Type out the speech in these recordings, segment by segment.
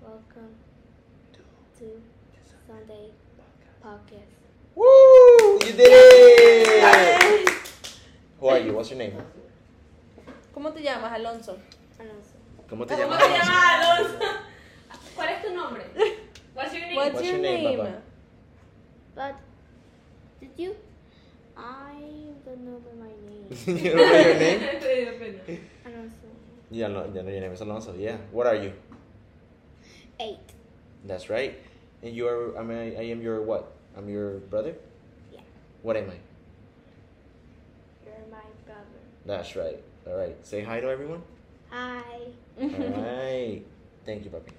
Welcome to Sunday Podcast. Woo! You did it! Who are you? What's your name? ¿Cómo te llamas, Alonso? Alonso. ¿Cómo te ¿Cómo llamas? te llamas, Alonso? ¿Cuál es tu nombre? What's your name? What's your name, papá? But did you? I don't know my name. you don't know your name? Te dio pena. Alonso. Ya no, ya no, your name is Alonso. Yeah. What are you? Eight. That's right. And you are. I mean, I, I am your what? I'm your brother. Yeah. What am I? You're my brother. That's right. All right. Say hi to everyone. Hi. All right. Thank you, papi.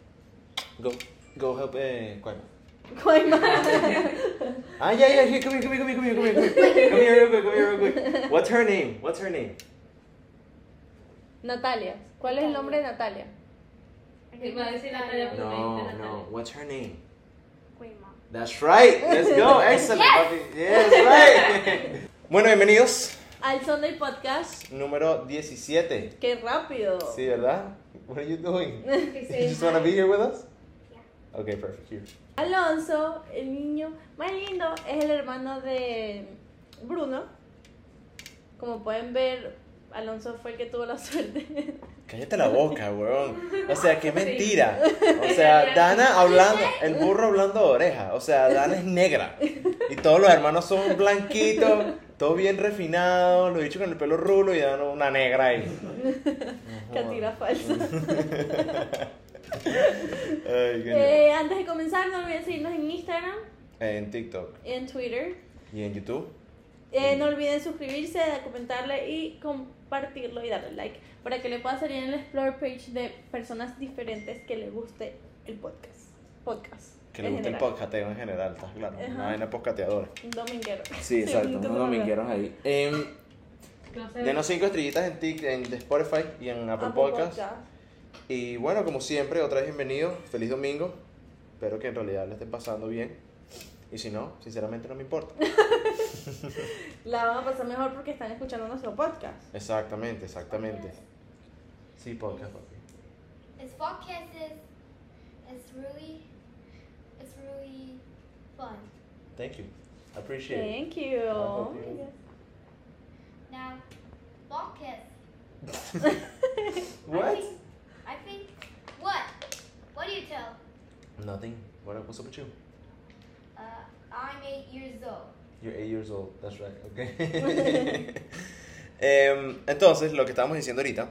Go, go help. Eh, Cuervo. Ah, yeah, yeah. Here, come here, come here, come here, come here, come here. Come here, real quick. Come here, real quick. What's her name? What's her name? Natalia. ¿Cuál es el nombre de Natalia? Te iba a decir Natalia. No, no. What's her name? Grandma. That's right. Let's go. Excellent, papi. Yes, right. bueno, bienvenidos. Al Sunday Podcast. Número 17. ¡Qué rápido! Sí, ¿verdad? What are you doing? Que You se just want to be here with us? Yeah. Okay, perfect. Here. Alonso, el niño más lindo, es el hermano de Bruno. Como pueden ver, Alonso fue el que tuvo la suerte. Cállate la boca, weón. O sea, qué mentira. O sea, Dana hablando, el burro hablando de oreja. O sea, Dana es negra. Y todos los hermanos son blanquitos, todo bien refinado, lo he dicho con el pelo rulo y Dana una negra ahí. que tira falsa. Ay, coño. Eh, antes de comenzar, no olviden seguirnos en Instagram, En TikTok en Twitter. y en YouTube. Eh, no olviden suscribirse, de comentarle y compartirlo y darle like para que le pueda salir en el explore page de personas diferentes que les guste el podcast. Podcast. Que le en gusta el general. podcateo en general, ¿estás claro? Una Ajá. vaina podcateadora. Un dominguero. Sí, exacto, unos un domingueros ahí. Em, No sé. denos cinco estrellitas en, Tik- en Spotify y en Apple, Apple Podcast. Podcast. Y bueno, como siempre, otra vez bienvenido. Feliz domingo. Espero que en realidad le estén pasando bien. Y si no, sinceramente no me importa. La van a pasar mejor porque están escuchando nuestro podcast. Exactamente, exactamente. Sí, podcast, papi. It's podcast is it's really it's really fun. Thank you. I appreciate it. Thank you. Apple Now podcast I What? think, I think what? What do you tell? Nothing. What, what's up with you? Uh, I'm eight years old. You're eight years old, that's right, okay. Em, entonces, lo que estábamos diciendo ahorita.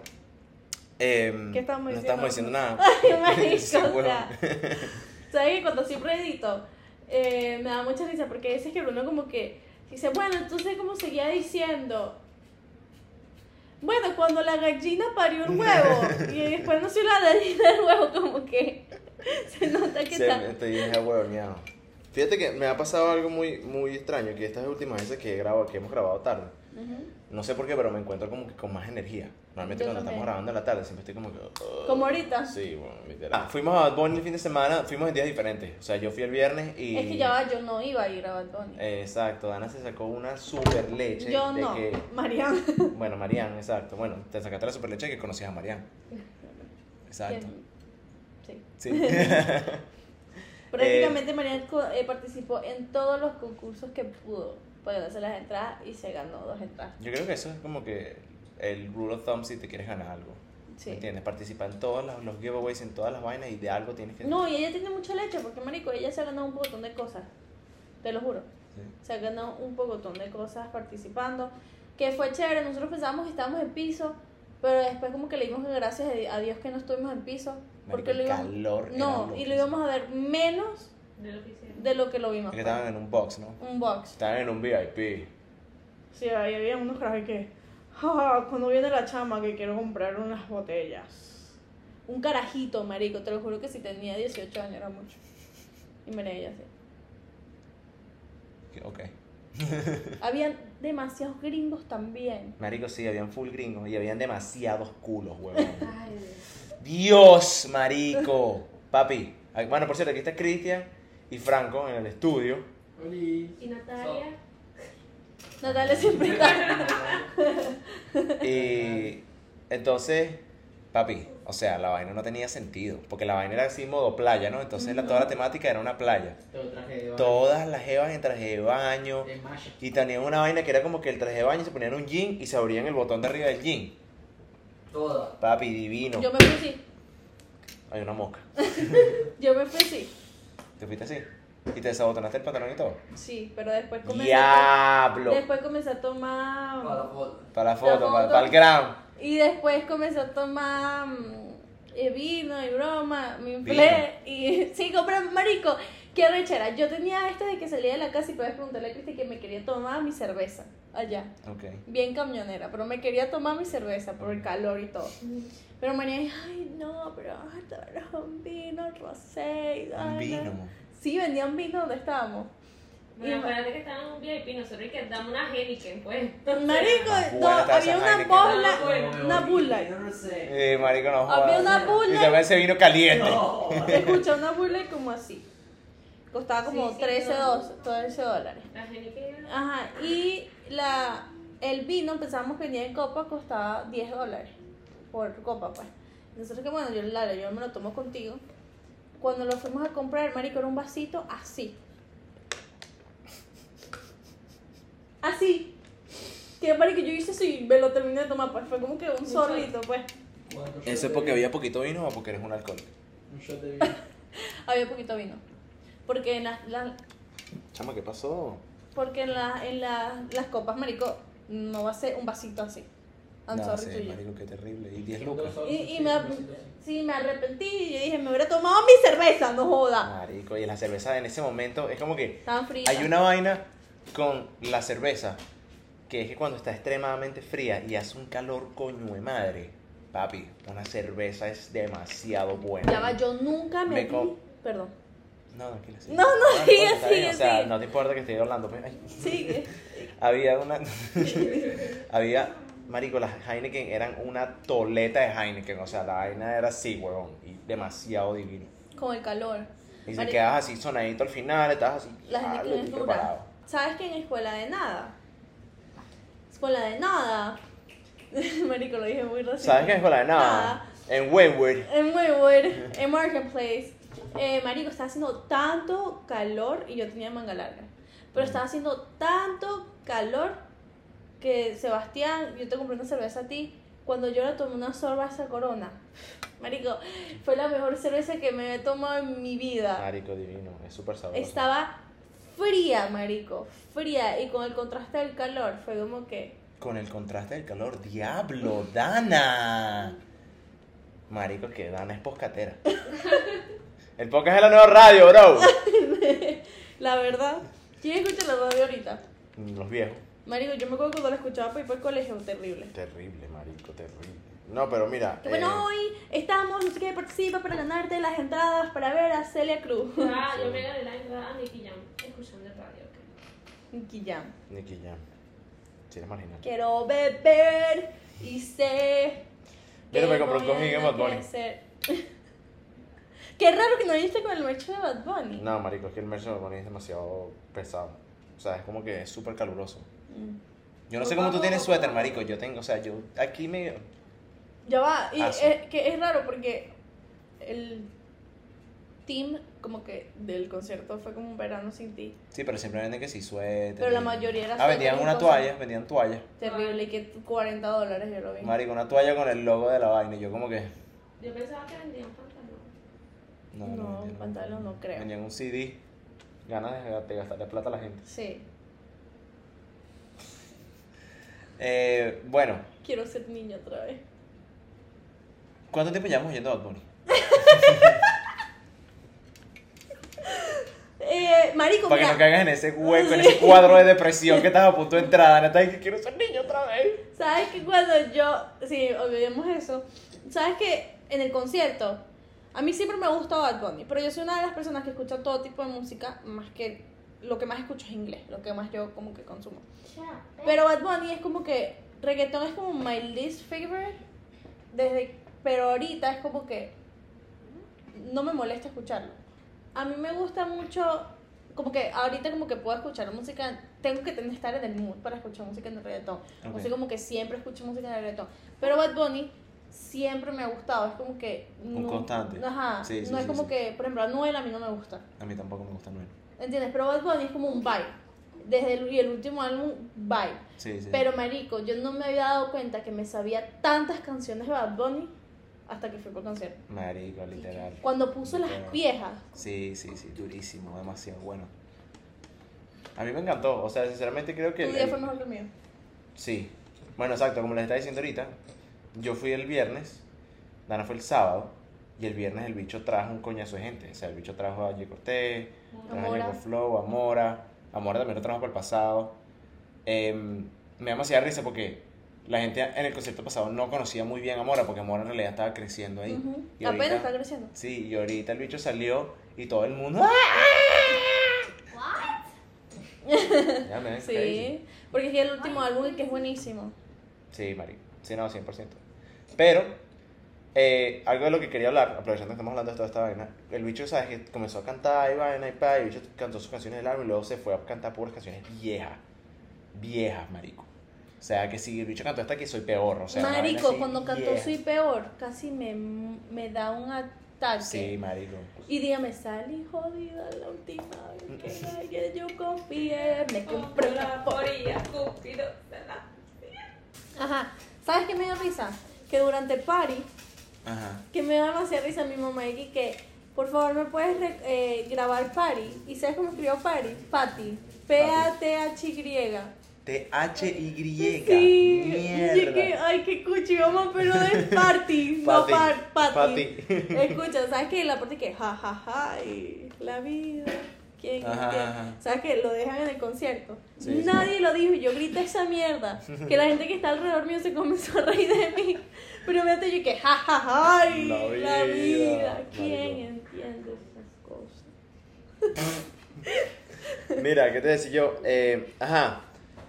em, ¿Qué estábamos no diciendo? estábamos diciendo nada. Ay, marico, Sí, o huevón. sea. ¿Sabes que cuando siempre edito, eh, me da mucha risa porque dices que Bruno como que dice, bueno, entonces como seguía diciendo, bueno, cuando la gallina parió el huevo y después no se la gallina el huevo, como que se nota que Sí, me- está... te dije huevoneado. Fíjate que me ha pasado algo muy, muy extraño, que estas últimas veces que, he grabado, que hemos grabado tarde, Ujú. no sé por qué, pero me encuentro como que con más energía. Normalmente Yo cuando también. estamos grabando en la tarde siempre estoy como que... "Ugh". Como ahorita. Sí, bueno, literal. Ah, fuimos a Bad Bunny el fin de semana, fuimos en días diferentes. O sea, yo fui el viernes y... Es que ya va, yo no iba a ir a Bad Bunny. Exacto, Ana se sacó una super leche yo de no, que... Mariana. Bueno, Marian, exacto. Bueno, te sacaste la super leche que conocías a Marian. Exacto. Sí. Sí. Prácticamente Mariana co- eh, participó en todos los concursos que pudo, pagándose las entradas y se ganó dos entradas. Yo creo que eso es como que el rule of thumb si te quieres ganar algo. Sí. ¿Me entiendes? Participa en todos los, los giveaways, en todas las vainas y de algo tienes que. No, y ella tiene mucha leche, porque marico, ella se ha ganado un pocotón de cosas. Te lo juro. Sí. Se ha ganado un pocotón de cosas participando. Que fue chévere, nosotros pensábamos que estábamos en piso, pero después como que le dimos gracias a Dios que no estuvimos en piso. Marico, Porque el lo íbamos, calor. no, y lo íbamos a ver menos De lo que hicieron. de lo que lo vimos. Es que estaban en un box, ¿no? Un box. Estaban en un VIP. Sí, ahí había unos carajos que. "Ah, cuando viene la chama que quiero comprar unas botellas. Un carajito, marico, te lo juro que si tenía 18 años era mucho. Y me ella así. Ok. Habían demasiados gringos también. Marico, sí, habían full gringos y habían demasiados culos, huevón. Ay, Dios, marico. Papi. Ay, Bueno, por cierto, aquí está Cristian y Franco en el estudio. ¿Y Natalia? Natalia siempre está. Y entonces, papi, O sea, la vaina no tenía sentido, porque la vaina era así modo playa, ¿no? Entonces la, toda la temática era una playa. Todo traje de baño. Todas las jevas en traje de baño, De malla. y tenían una vaina que era como que el traje de baño se ponían un jean y se abrían el botón de arriba del jean. Toda. Papi, divino. Yo me fui así. Hay una mosca. Yo me fui así. ¿Te fuiste así? ¿Y te desabotonaste el pantalón y todo? Sí, pero después comencé. a to- ¡Diablo! Después comencé a tomar. Toda la foto. Para la La foto, foto. para, el ground. Y después comencé a tomar mm, eh, vino y broma, me inflé Vino. y sí, compré marico. Qué rechera. Yo tenía esta de que salía de la casa y podías preguntarle a Cristi que me quería tomar mi cerveza allá. Ok. Bien camionera, pero me quería tomar mi cerveza por el calor y todo. mm, Pero María, ay no, pero ay, te verás un vino, rosé. ay, Un no". vino. mo. Sí, vendían vino donde estábamos. Bueno, acuérdate que estaban en un VIP, nosotros que damos una Heineken, pues. Marico, Más no, buena taza había una Heineken. bola, Ah, Bueno, una bullet. Yo no sé. Eh, marico, no jodas. Había una Y bullet. también ese vino caliente. No. Escucha, una burla como así. Costaba como Sí, sí, 13, no. dos- 13 dólares. La Heineken era- Ajá, y la, el vino, pensábamos que venía en copa, costaba 10 dólares por copa, pues. Nosotros que bueno, yo, Lara, yo me lo tomo contigo. Cuando lo fuimos a comprar, marico, era un vasito así. Así. Que marico, yo hice así, me lo terminé de tomar, pues. Fue como que un sorbito, pues. ¿Cuántos shots ¿Eso es de porque vino? había poquito vino o porque eres un alcohólico? Un shot de vino. Había poquito vino. Porque en las- las, Chama, ¿qué pasó? Porque en, la, en la- las copas, marico, no va a ser un vasito así. I'm No, sorry sí, tuyo. marico, qué terrible. Y 10 lucas. Y, y me, Un vasito así. sí, me arrepentí y yo dije, me hubiera tomado mi cerveza, no joda. Marico, y la cerveza en ese momento es como que Estaban frías. hay una vaina con la cerveza que es que cuando está extremadamente fría y hace un calor coño de madre, papi, una cerveza es demasiado buena. Ya va, yo nunca me... Me com- Perdón. No, tranquila, sí. No, no, importa, sigue, está bien, sigue, O sea, sigue. no te importa que esté hablando. pues, ay. Sigue. Había una. había. Marico, las Heineken eran una toleta de Heineken. O sea, la vaina era así, huevón. Y demasiado divino. Con el calor. Y te Marico. quedabas así sonadito al final, estabas así. La ah, gente lo que es estoy dura. preparado. ¿Sabes que en escuela de nada? Escuela de nada. marico, lo dije muy racista. ¿Sabes qué es con la de nada? Nada. En Wentworth. En Waywood, en Marketplace, eh, marico, estaba haciendo tanto calor y yo tenía manga larga. Pero estaba haciendo tanto calor que Sebastián, yo te compré una cerveza a ti. Cuando yo la tomé una sorba a esa corona, marico, fue la mejor cerveza que me he tomado en mi vida. Marico, divino. Es súper sabroso. Estaba fría, marico, fría y con el contraste del calor fue como que Con el contraste del calor. ¡Diablo, Dana! Marico, que Dana es poscatera. el podcast es la nueva radio, bro. la verdad. ¿Quién escucha la radio ahorita? Los viejos. Marico, yo me acuerdo cuando la escuchaba para ir para el colegio, terrible. Terrible, marico, terrible. No, pero mira. Que Bueno, eh, hoy estamos, no sé qué, participa para ganarte las entradas para ver a Celia Cruz. Ah, yo me la de la a Nicky Jam escuchando el radio. ok. Guillán. Nicky Jam. Si eres marginal. Quiero beber y sé. Yo no me compro compré un cojín en Bad Bunny. Qué raro que no viniste con el merch de Bad Bunny. No, marico, es que el merch de Bad Bunny es demasiado pesado. O sea, es como que es súper caluroso. Mm. Yo no sé cómo tú tienes suéter, marico. Yo tengo, o sea, yo aquí me. Ya va, y Ah, sí. es, que es raro porque el team como que del concierto fue como un verano sin ti. Sí, pero siempre venden que sí suéter. Pero la mayoría era Ah, vendían suéter y una cosas. toalla, vendían toalla. Terrible, y que 40 dólares yo lo vi. Marico, una toalla con el logo de la vaina. Y yo, como que. Yo pensaba que vendían pantalón. No, No, vendían un pantalón no creo. Vendían un CD. Ganas de, de gastarle plata a la gente. Sí, Eh, bueno, quiero ser niño otra vez. ¿cuánto tiempo llevamos yendo a Bad Bunny? Eh, marico, Para que mira, no caigas en ese hueco, en ese cuadro de depresión que estás a punto de entrar. Neta, y que quiero ser niño otra vez. ¿sabes que cuando yo, sí, olvidemos eso, ¿sabes que en el concierto, a mí siempre me ha gustado Bad Bunny, pero yo soy una de las personas que escucha todo tipo de música, más que lo que más escucho es inglés, lo que más yo como que consumo. Pero Bad Bunny es como que, reggaetón es como my least favorite, desde, pero ahorita es como que no me molesta escucharlo. A mí me gusta mucho, como que ahorita como que puedo escuchar música, tengo que tener- estar en el mood para escuchar música en el reggaetón. Ok. Así como que siempre escucho música en el reggaetón. Pero Bad Bunny siempre me ha gustado. Es como que. Un constante. Ajá. Sí, sí, no es sí, como sí. que, por ejemplo, Anuel a mí no me gusta. A mí tampoco me gusta Noel. ¿Entiendes? Pero Bad Bunny es como un vibe. Desde el, y el último álbum, vibe. Sí, sí. Pero marico, yo no me había dado cuenta que me sabía tantas canciones de Bad Bunny hasta que fui por concierto. Marico, literal. Cuando puso las viejas, Sí, sí, sí, durísimo, demasiado bueno. A mí me encantó, o sea, sinceramente creo tu que... el- día el- fue mejor que el mío. Sí. Bueno, exacto, como les estaba diciendo ahorita, yo fui el viernes, Dana fue el sábado, y el viernes el bicho trajo un coñazo de gente. O sea, el bicho trajo a Jay Cortés, trajo a Amora. Ñengo Flow, a Mora. A Mora también lo trajo para el pasado. Em, me da demasiada risa porque la gente en el concierto pasado no conocía muy bien a Mora, porque Mora en realidad estaba creciendo ahí. Ujú. Y Apenas ahorita- está creciendo. Sí, y ahorita el bicho salió y todo el mundo. ¡Ah! What? Ya me ven crazy. Sí, porque es que el último álbum es que es buenísimo. Sí, marico. Sí, no, 100%. Pero, eh, algo de lo que quería hablar, aprovechando que estamos hablando de toda esta vaina, el bicho, ¿sabes? Que comenzó a cantar y vaina y pa, y el bicho cantó sus canciones del álbum y luego se fue a cantar puras canciones viejas. Viejas, marico. O sea, que si el bicho cantó esta que soy peor, o sea. una vaina marico, así, cuando cantó vieja. Soy Peor, casi me, me da un ataque. Sí, marico. Y dígame, salí jodida la última vez que en alguien yo confié, me compré una por... porilla, cúpido, ¿verdad? Ajá, ¿sabes qué me dio risa? Que durante Party, Ajá. que me da demasiada risa mi mamá y que, por favor, ¿me puedes re- eh, grabar Party? ¿Y sabes cómo escribió Party? Patty, P-A-T-H-Y. T-H-Y. Sí, y Mierda. que, ay, qué cuchi, vamos, pero de party, no Patty, par, party. patty. Escucha, ¿sabes qué? La parte que, ja, ja, ja, y la vida, ¿quién Ajá, entiende? ajá. ¿Sabes qué? Lo dejan en el concierto. Sí, sí. Nadie lo dijo, y yo grité esa mierda, que la gente que está alrededor mío se comenzó a reír de mí, pero me yo que, ja, ja, ja, y La la vida, vida, ¿quién marico. entiende esas cosas? Mira, ¿qué te decía yo? Eh, ajá,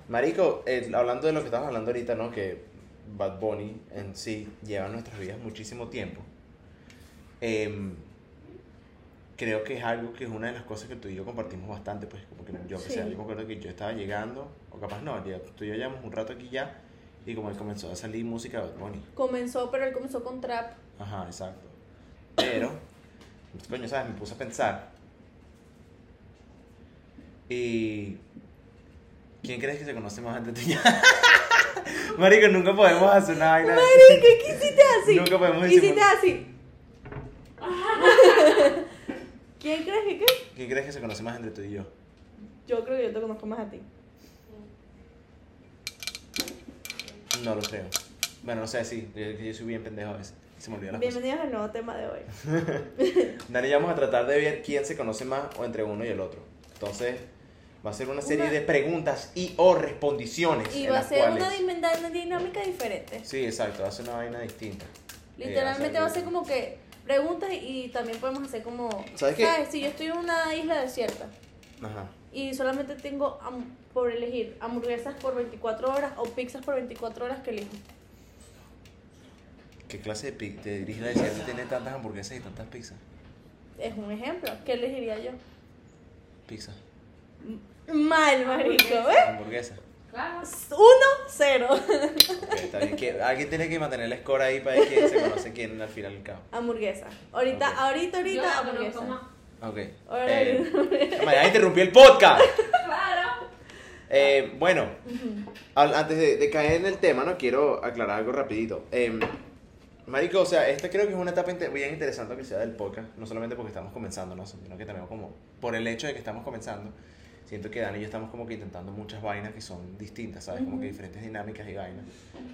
Marico, eh, hablando de lo que estamos hablando ahorita, ¿no? Que Bad Bunny en sí lleva en nuestras vidas muchísimo tiempo. Em, creo que es algo que es una de las cosas que tú y yo compartimos bastante, pues como que yo, o sea, Sí. yo me acuerdo que yo estaba llegando, o capaz no, ya- tú y yo llevamos un rato aquí ya, y como él comenzó a salir música de Bad Bunny. Comenzó, pero él comenzó con trap. Ajá, exacto. Pero, coño, ¿sabes? Me puse a pensar. Y. ¿Quién crees que se conoce más antes tuya? Marico, nunca podemos hacer una vaina. Marico, ¿qué hiciste así? Nunca podemos decir- Hiciste así. ¿Quién crees que qué? ¿Quién crees que se conoce más entre tú y yo? Yo creo que yo te conozco más a ti. No lo creo. Bueno, no sé, sí. Yo, yo soy bien pendejo a veces. Se me olvidan las cosas. Bienvenidos al nuevo tema de hoy. Dani, ya vamos a tratar de ver quién se conoce más o entre uno y el otro. Entonces, va a ser una serie Una- de preguntas y o respondiciones. Y en va a las ser una, cuales- dimenda- una dinámica diferente. Sí, exacto, hace una vaina distinta. Eh, Literalmente va a ser como que preguntas y y también podemos hacer como... ¿Sabes qué? Si yo estoy en una isla desierta Ajá. y solamente tengo ham- por elegir hamburguesas por 24 horas o pizzas por 24 horas que elijo. ¿Qué clase de pizza te dirige la decía? tiene tantas hamburguesas y tantas pizzas? Es un ejemplo. ¿Qué elegiría yo? Pizza, Mal, marico, ¿eh? hamburguesa. Claro. 1-0. Ok, está bien. ¿Quién- Alguien tiene que mantener el score ahí para ver quién se conoce quién al final del cabo. Hamburguesa. Ahorita, Ok. ahorita, Yo ahorita, la hamburguesa. conozco más. Ok. Ahora Eh, Mañana interrumpí el podcast. Claro. Eh, bueno, al- antes de, de caer en el tema, no quiero aclarar algo rapidito. Em, marico, o sea, esta creo que es una etapa inte- bien interesante que sea del podcast, no solamente porque estamos comenzando, ¿no? sino que también como por el hecho de que estamos comenzando, siento que Dani y yo estamos como que intentando muchas vainas que son distintas, ¿sabes? Como que diferentes dinámicas y vainas.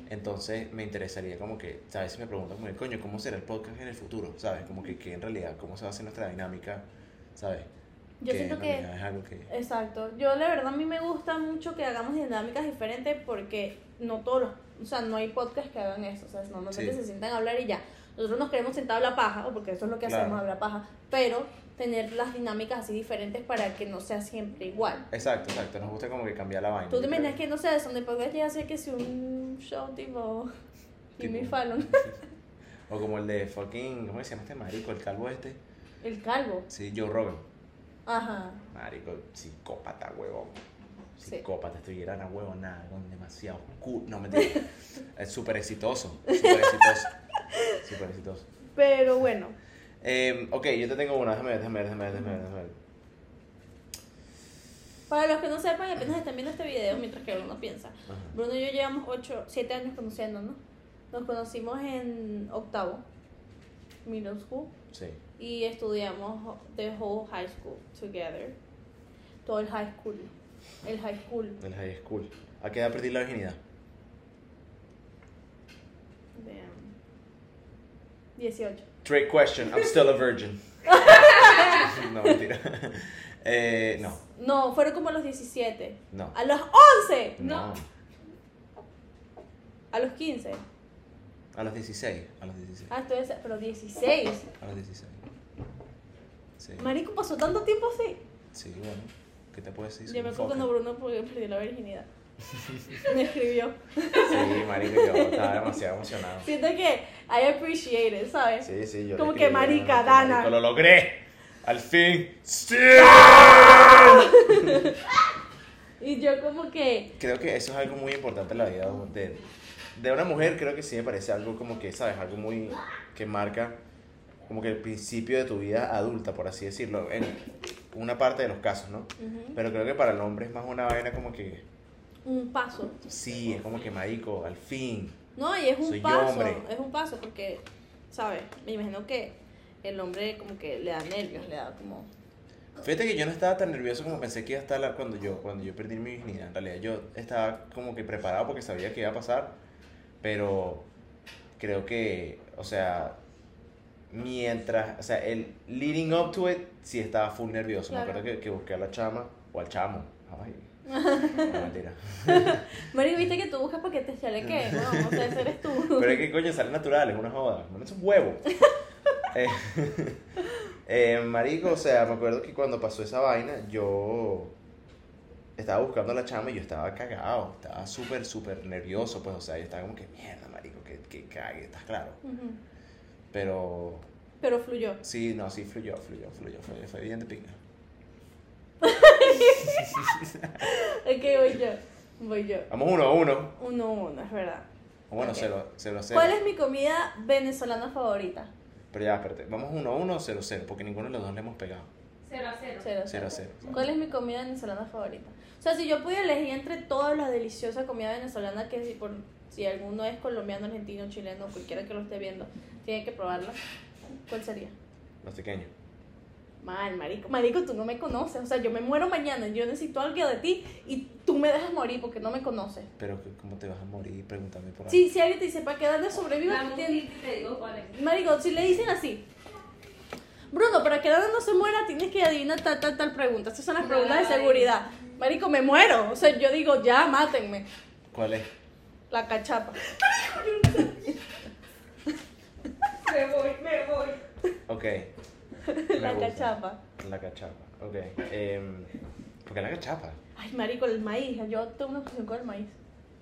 Entonces me interesaría como que, ¿sabes? Si me preguntan como, que, coño, ¿cómo será el podcast en el futuro? ¿Sabes? Como que, que en realidad, ¿cómo se va a hacer nuestra dinámica? ¿Sabes? Yo en siento que. realidad es algo que... Exacto. Yo, la verdad, a mí me gusta mucho que hagamos dinámicas diferentes porque no todos los. O sea, no hay podcast que hagan eso. O sea, normalmente Sí. se sientan a hablar y ya. Nosotros nos queremos sentar a hablar paja, porque eso es lo que Claro. hacemos, hablar paja. Pero tener las dinámicas así diferentes para que no sea siempre igual. Exacto, exacto. Nos gusta como que cambiar la vaina. ¿Tú te yo creo. imaginas que, no sé, son de podcast ya sé que si un show tipo. Jimmy Tipo- Fallon. O como el de fucking, ¿cómo se llama este marico? El calvo este. El calvo. Sí, Joe Rogan. Ajá. Marico, psicópata, huevón. Sí. Psicópata, estuviera una huevonada, con demasiado cool. No, mentira. es súper exitoso, súper exitoso. Súper exitoso. Pero bueno, Eh, ok, yo te tengo una. Déjame ver, déjame ver, déjame ver, déjame ver. déjame ver. para los que no sepan, y apenas están viendo este video mientras que Bruno piensa. Ajá. Bruno y yo llevamos 8, 7 años conociéndonos. Nos conocimos en octavo, middle school, Sí. y estudiamos the whole high school together. Todo el high school. El high school. En high school. ¿A qué edad perdí la virginidad? de, um, 18. Trick question. I'm still a virgin. no, mentira. Eh, no, No, fueron como a los 17. no. A los 11. No. A los 15. A los 16. A los 16. Ah, estoy desa- pero 16. A los 16. Sí. Marico, pasó tanto tiempo así. Sí, bueno. ¿Qué te puedo decir? Yo me acuerdo Enfoque. cuando Bruno porque perdió la virginidad. me escribió. Sí, marico, yo estaba demasiado emocionado. Siento que I appreciate it, ¿sabes? Sí, sí, yo. Como le que escribí, marica, "Marico, Dana". Lo logré. Al fin. ¡Sí! Y yo como que... Creo que eso es algo muy importante en la vida de, de una mujer. Creo que sí me parece algo como que, ¿sabes? Algo muy. que marca como que el principio de tu vida adulta, por así decirlo. En una parte de los casos, ¿no? ujú, Pero creo que para el hombre es más una vaina como que. Un paso. Sí, es como que marico, al fin. No, y es un Soy yo, paso. hombre. Es un paso porque, ¿sabes? Me imagino que el hombre como que le da nervios, le da como... Fíjate que yo no estaba tan nervioso como pensé que iba a estar la- cuando yo, cuando yo perdí mi virginidad. En realidad yo estaba como que preparado porque sabía que iba a pasar, pero creo que, o sea, mientras, o sea, el leading up to it sí estaba full nervioso. Me Claro. acuerdo que, que busqué a la chama o al chamo. Ay, no, mentira. Mari, viste que tú buscas para que te chale que, no, o sea, ese eres tú. Pero es que coño, sale natural, es una joda. No es un huevo. Eh, eh, marico, o sea, me acuerdo que cuando pasó esa vaina, yo estaba buscando a la chama y yo estaba cagado. Estaba súper, súper nervioso, pues, o sea, yo estaba como que mierda, marico, que, que cague, estás claro. Ujú. Pero Pero fluyó. sí, no, sí, fluyó, fluyó, fluyó, fluyó, fue bien de pinga. Ok, voy yo. Voy yo. Vamos uno a uno. Uno uno, es verdad. O bueno, Ok. cero, cero, cero. ¿Cuál es mi comida venezolana favorita? Pero ya, espérate, vamos uno a uno o cero, cero, porque ninguno de los dos le hemos pegado. Cero a cero. Cero, Cero, cero. cero. ¿Cuál es mi comida venezolana favorita? O sea, si yo pudiera elegir entre todas las deliciosas comida venezolana que si por si alguno es colombiano, argentino, chileno, cualquiera que lo esté viendo, tiene que probarla. ¿Cuál sería? Los pequeños. Mal, marico. Marico, tú no me conoces. O sea, yo me muero mañana. Yo necesito algo de ti y tú me dejas morir porque no me conoces. Pero, ¿cómo te vas a morir? Pregúntame por algo. Sí, si alguien te dice, ¿para qué darle sobrevive? Dame un Tien- hit y te digo cuál es. Marico, si le dicen así, Bruno, para que Dana no se muera, tienes que adivinar tal, tal, tal pregunta. Estas son las No, preguntas de ay. seguridad. Marico, me muero. O sea, yo digo, ya, mátenme. ¿Cuál es? La cachapa. Me voy, me voy. Ok. Me La gusta. cachapa. La cachapa, ok. Em, ¿Por qué la cachapa? Ay, marico, el maíz. Yo tengo una obsesión con el maíz.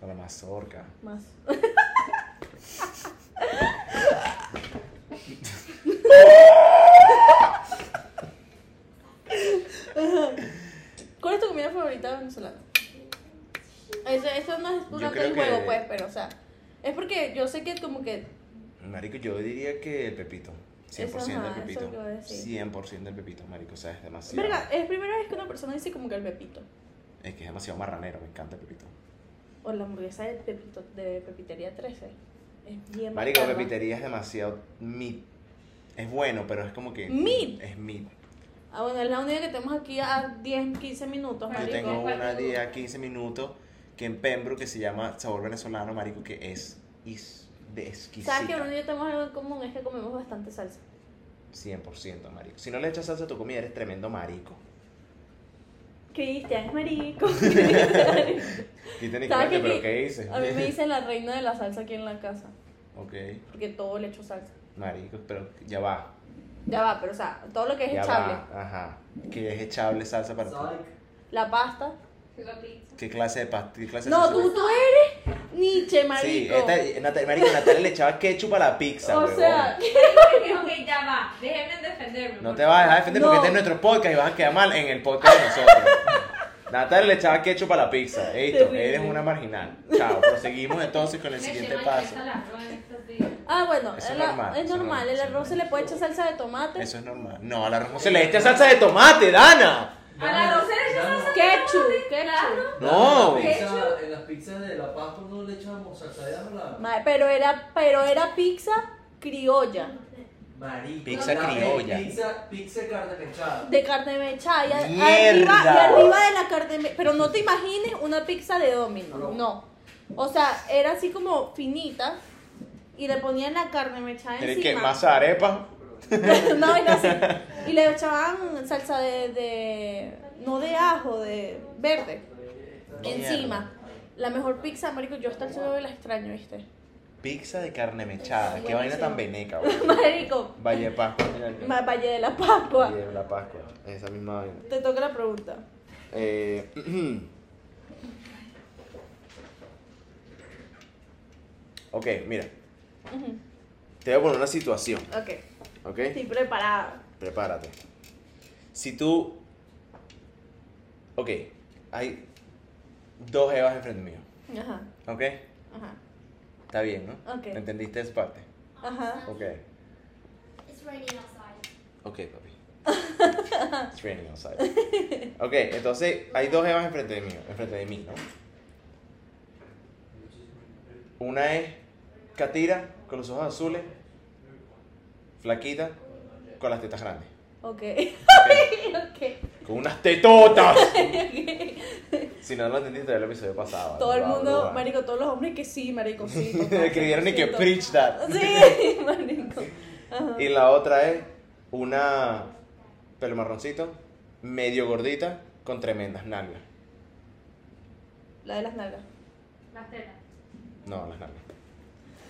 O la mazorca. Más. ¿Cuál es tu comida favorita venezolana? Eso, eso no es durante creo el juego, que- pues, pero, o sea, es porque yo sé que como que Marico, yo diría que el pepito. 100% ajá, el eso pepito. lo iba a decir. 100% el pepito, marico. O sea, es demasiado. Verga, es primera vez que una persona dice como que el pepito. Es que es demasiado marranero, me encanta el pepito. O la hamburguesa de pepito de Pepitería 13. Es bien Marico, bacana. pepitería es demasiado meat. Es bueno, pero es como que. Meat. Es meat. Ah, bueno, es la única que tenemos aquí a 10, 15 minutos, Yo marico. tengo ¿cuál una te gusta? día 15 minutos que en Pembroke que se llama Sabor Venezolano, marico, que es. is- de exquisita. ¿Sabes que Bruno y yo tenemos algo en común? Es que comemos bastante salsa. 100%, marico. Si no le echas salsa a tu comida, eres tremendo marico. Cristian es marico. Y tenés ¿Sabes que qué? pero ¿qué dices? a mí me dicen la reina de la salsa aquí en la casa. Ok, Porque todo le echo salsa. marico, pero ya va. Ya va, pero o sea, todo lo que es ya echable. va. Ajá. ¿Qué es echable salsa para ti? Psych. La pasta. La pizza. ¿Qué clase de pasta? ¿Qué clase de No, salsa? tú, tú eres Nietzsche, marico. Sí, esta, Natalia, marico, Natalia le echaba ketchup a la pizza, o huevón. sea, ok, ya va. Déjenme defenderme. No por te vas a dejar favor. defender porque No. este es nuestro podcast y vas a quedar mal en el podcast de nosotros. Natalia le echaba ketchup a la pizza. Esto, Terrible. eres una marginal. Chao, proseguimos entonces con el Me siguiente llevan paso. esa labro en estos días. Ah, bueno, Eso es el a- normal, es eso es normal. normal, El eso es arroz se le puede echar salsa de tomate, Eso es normal. No, al arroz no se le echa salsa de tomate, Dana. A la Dana, arroz se le echa Dana, salsa ketchup, Claro. ketchup. No. En las pizzas- en las pizzas de la Pascua no le echamos salsa de arroz. Ma- Pero era, pero era pizza criolla, Marica. Pizza la- criolla. Pizza, pizza carne mechada. de carne mechada. Y a- arriba, Mierda. y arriba de la carne me- Pero no te imagines una pizza de domino, No. no. O sea, era así como finita y le ponían la carne mechada Tienen encima. que masa arepa. Una vaina así. Y le echaban salsa de, de- no de ajo, de verde. Encima. La mejor pizza, marico, yo hasta el suelo la extraño, ¿viste? Pizza de carne mechada. Qué Buenísimo. vaina tan veneca, bro. Marico, Valle de Pascua. mira acá. ma- Valle de la Pascua. Valle de la Pascua. Esa misma vaina. Te toca la pregunta. Eh, ok, mira. Ujú. Te voy a poner una situación, Ok, ¿ok? estoy preparada. Prepárate. Si tú... Ok, hay dos evas enfrente mío, Ajá, ¿ok? ajá, Está bien, ¿no? Ok. ¿Entendiste esa parte? ajá. Ok, It's raining outside. ok, papi. It's raining outside. Ok, entonces hay dos evas enfrente de mí, enfrente de mí, ¿no? Una es Katira, con los ojos azules, flaquita, con las tetas grandes. Ok, ok. Con unas tetotas. si no lo entendiste, el episodio pasado. Todo el Bla, mundo, bla. marico, todos los hombres que sí, marico, sí. total, Escribieron y que sí, preach that. Sí, marico. Ajá. Y la otra es una pelo marroncito, medio gordita, con tremendas nalgas. La de las nalgas. Las tetas. No, las nalgas.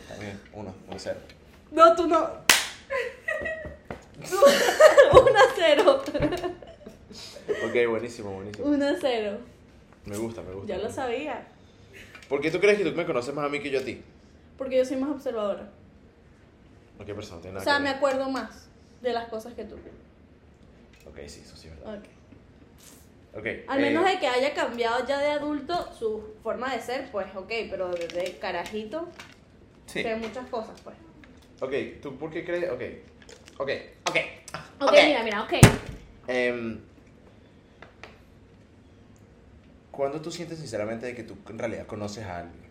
También, uno, uno cero. No, tú no. 1-0. Ok, buenísimo, buenísimo. 1-0. Me gusta, me gusta. Ya lo sabía. ¿Por qué tú crees que tú me conoces más a mí que yo a ti? Porque yo soy más observadora. ¿O qué persona? Tiene O nada sea, que me ver. acuerdo más de las cosas que tú. Ok, sí, eso sí es verdad. Ok. Ok. Al eh, menos de que haya cambiado ya de adulto su forma de ser, pues ok, pero desde carajito Sí. sé muchas cosas, pues. Ok, ¿tú por qué crees? Ok. Ok. Ok. Ok, Ok. mira, mira, ok. Em, ¿Cuándo tú sientes sinceramente de que tú en realidad conoces a alguien?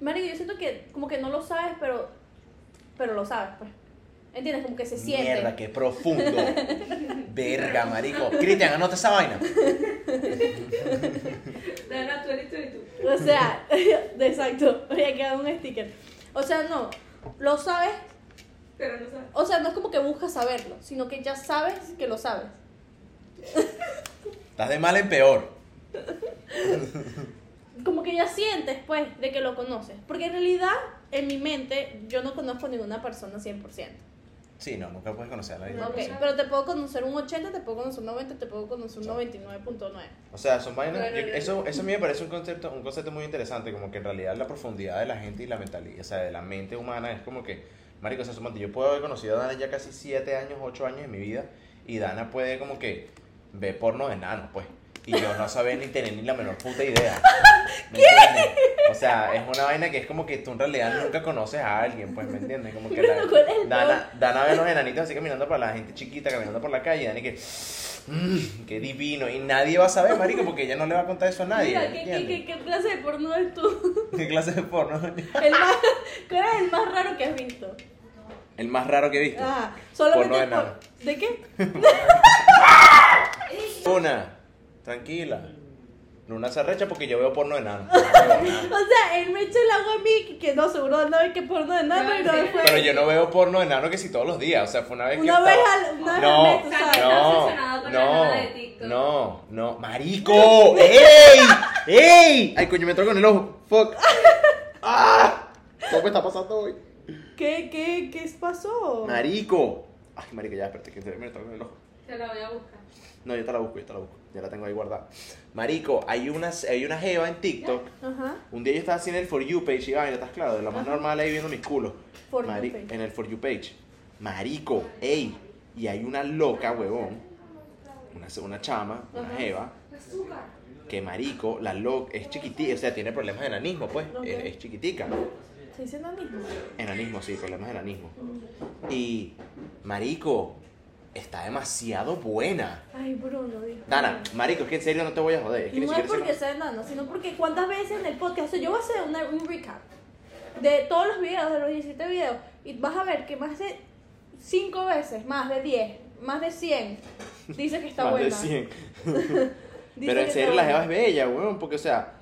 Marico, yo siento que como que no lo sabes, pero pero lo sabes, pues. ¿Entiendes? Como que se siente. Mierda, qué profundo. Verga, marico. Cristian, anota esa vaina. Dana, tú eres tú y tú. O sea, exacto, había quedado un sticker. O sea, no, lo sabes, Pero no sabes. o sea, no es como que buscas saberlo, sino que ya sabes que lo sabes. Estás de mal en peor. Como que ya sientes, pues, de que lo conoces. Porque en realidad, en mi mente, yo no conozco ninguna persona 100%. Sí, no, nunca puedes conocer a la misma Ok, persona. pero te puedo conocer un 80, te puedo conocer un 90, te puedo conocer un 99.9. O sea, son vainas. Bueno, yo- yo- eso, eso a mí me parece un concepto, un concepto muy interesante, como que en realidad la profundidad de la gente y la mentalidad, o sea, de la mente humana es como que, marico, o sea, suponte, yo puedo haber conocido a Dana ya casi 7 años, 8 años de mi vida, y Dana puede como que ver porno de nano, pues. Y yo no saber ni tener ni la menor puta idea. ¿Me entiendes? O sea, es una vaina que es como que tú en realidad nunca conoces a alguien, pues, ¿me entiendes? Como que la- ¿Cuál es el Dana, Dana ve a los enanitos así caminando para la gente chiquita, caminando por la calle, y Dani que. Mmm, qué divino. Y nadie va a saber, marico, porque ella no le va a contar eso a nadie. Mira, ¿qué, qué, ¿entiendes? qué, qué clase de porno es tú? ¿Qué clase de porno? El más, ¿Cuál es el más raro que has visto? El más raro que he visto. Ah, solamente Porno de por- nano. ¿De qué? Luna, tranquila. Luna se arrecha porque yo veo porno enano. O sea, él me echó el agua a mí, que- que no, seguro no ve que porno de nano, No, pero sí. fue Pero yo no veo porno enano que si todos los días. O sea, fue una vez que. una vez estaba- al, una vez No, al mes, tú sabes. No, obsesionado con la no, nana de TikTok. no, no, marico, ey, ey, ay coño me entró con el ojo, fuck, ah, ¿cómo me está pasando hoy? ¿Qué, qué, qué pasó? Marico, ay marico ya, espérate que se me entró con el ojo, Te la voy a buscar. no yo te la busco, yo te la busco, ya la tengo ahí guardada, marico, hay una, hay una jeva en TikTok, Ajá. un día yo estaba haciendo el for you page y vaina, estás claro, de lo más normal ahí viendo mis culos, For You Mari- page. en el for you page, marico, ey, y hay una loca huevón, una, una chama, una Ajá. jeva, Azúcar. que marico, la loc es chiquitica, o sea, tiene problemas de enanismo, pues, Ok. es, es chiquitica. ¿Se dice nanismo? Enanismo, sí, problemas de enanismo. Y, marico, está demasiado buena. Ay, Bruno, Dios Dana, mío. marico, es que en serio no te voy a joder. Es que ni No es siquiera sé porque lo- sea enano, sino porque cuántas veces en el podcast, o sea, yo voy a hacer una- un recap de todos los videos, de los 17 videos, y vas a ver que más de 5 veces, más de 10, más de 100, dice que está Más buena. de 100. Dice Pero que en está serio la buena. jeva es bella, weón, porque o sea,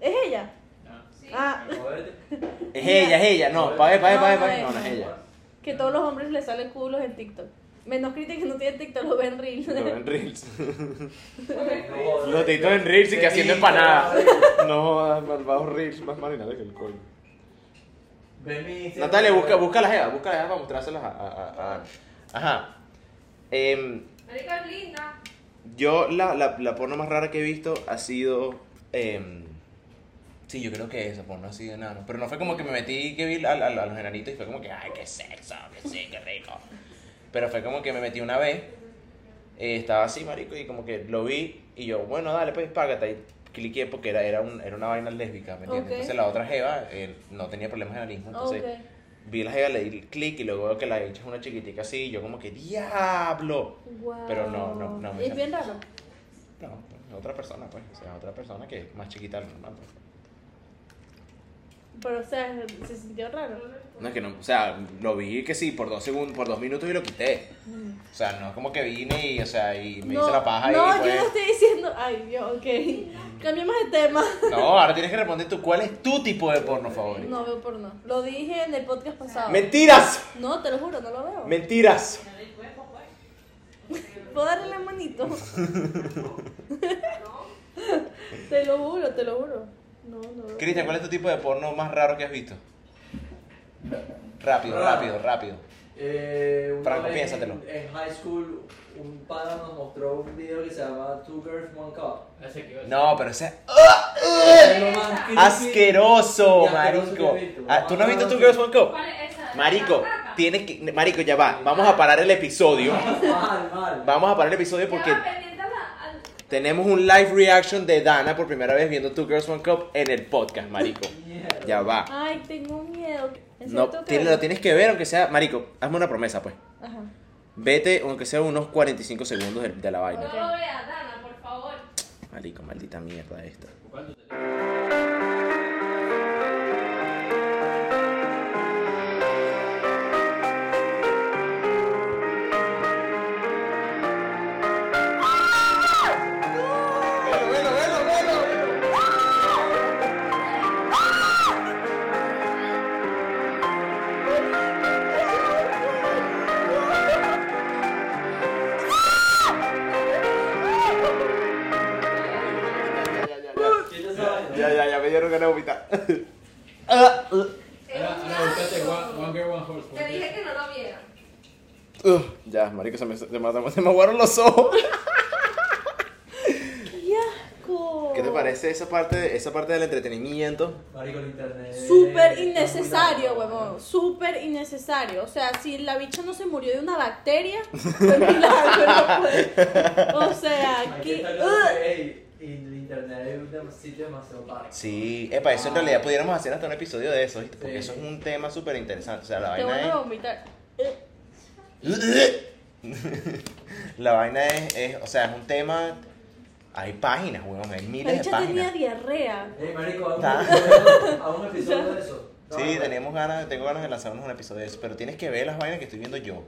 ¿Es ella? Ah, Jodete. es Mira. ella, es ella, no, pa' ver, pa' ver, No, pa' ver, pa' no ver. es. No, no es ella. que todos los hombres le salen culos en TikTok. Menos crítica que no tiene TikTok, lo ven reels. Lo en Reels. No, joder. Los deditos en Reels y que haciendo empanadas. Benito, No jodas, malvados Reels, más marinales que el coño. Benito. Natalia, busca, busca la jeva, busca la jeva para mostrárselas a, a, a- a Ana. Ajá. Em, Marica es linda. yo la, la, la porno más rara que he visto ha sido... em, sí, yo creo que esa porno ha sido enano. Pero no fue como que me metí y que vi a, a- a los enanitos y fue como que, ay, qué sexo, que sí, qué rico. Pero fue como que me metí una vez, eh, estaba así, marico, y como que lo vi y yo, bueno, dale, pues págate. Y cliqué porque era, era, un- era una vaina lésbica, ¿me entiendes? Ok. Entonces la otra jeva eh, no tenía problemas de enanismo, entonces... Ok. Vi la jeva, le di clic y luego veo que la hecha es una chiquitica así. Y yo, como que, ¡diablo! Wow. Pero no, no, no, Es mira. bien raro. No, es otra persona, pues. O sea, es otra persona que es más chiquita del normal. pues. Pero, o sea, se sintió raro. No es que no, o sea, lo vi que sí, por dos segundos, por dos minutos y lo quité. Mm. O sea, no es como que vine y, o sea, y me hice la paja no, y yo no pues. estoy diciendo. Ay, Dios, ok. Cambiemos de tema. No, ahora tienes que responder tú, ¿cuál es tu tipo de porno favorito? No veo porno. Lo dije en el podcast pasado. ¡Mentiras! No, te lo juro, no lo veo. ¡Mentiras! ¿Puedo darle la manito? te lo juro, te lo juro. No, no. veo. Cristian, ¿cuál es tu tipo de porno más raro que has visto? Rápido, Raro. rápido, rápido. Eh, una Franco, vez piénsatelo. En, en high school, un pana nos mostró un video que se llama Two Girls, One Cup. Ese que iba a decir. No, pero ese Es lo más creepy. Asqueroso, Y asqueroso marico. que he visto. Ah, ¿Tú no has visto Ah, tu sí. Girls One Cup? ¿Cuál es esa? Marico, La flaca. tienes que. Marico, ya va. Vamos a parar el episodio. Mal, mal. Vamos a parar el episodio porque Ya va pendiente a la- al- tenemos un live reaction de Dana por primera vez viendo Two Girls One Cup en el podcast, marico. Mierda. Ya va. Ay, tengo miedo. ¿En serio No, tengo que tiene- verlo? lo tienes que ver, aunque sea. Marico, hazme una promesa, pues. Ajá. Vete, aunque sea unos 45 segundos de, de la No vaina. lo veas, Dana, por favor. Marico, maldita mierda esta. ¿Cuánto te- ¿Qué te sabes? Ya, ya, ya me dieron ganas de vomitar. Ahora, ahora búscate One, one Girl, One Horse. pues. Te porque- dije que no lo vieran. Ugh, ya, marico, se me, se, me, se me aguaron los ojos. ¡Qué asco! ¿Qué te parece esa parte, esa parte del entretenimiento? Marico, el internet. Súper está innecesario, muy largo, huevón. Súper innecesario. O sea, si la bicha no se murió de una bacteria, pues fue un milagro, no fue- O sea, Hay que aquí. uh. estar claro que, uh. ey, el internet es un dem- sitio demasiado largo. Sí, epa, eso en Ah. realidad pudiéramos hacer hasta un episodio de eso, ¿viste? Porque Sí. eso es un tema súper interesante. O sea, la Te voy vaina ¿eh? a es. vomitar. la vaina es, es- o sea, es un tema. Hay páginas, weón, hay La miles de bicha tenía páginas. diarrea. Ey, marico, a un Ta- episodio, a un episodio de eso. No, Sí, no. tenemos ganas, tengo ganas de lanzarnos un episodio de eso, pero tienes que ver las vainas que estoy viendo yo.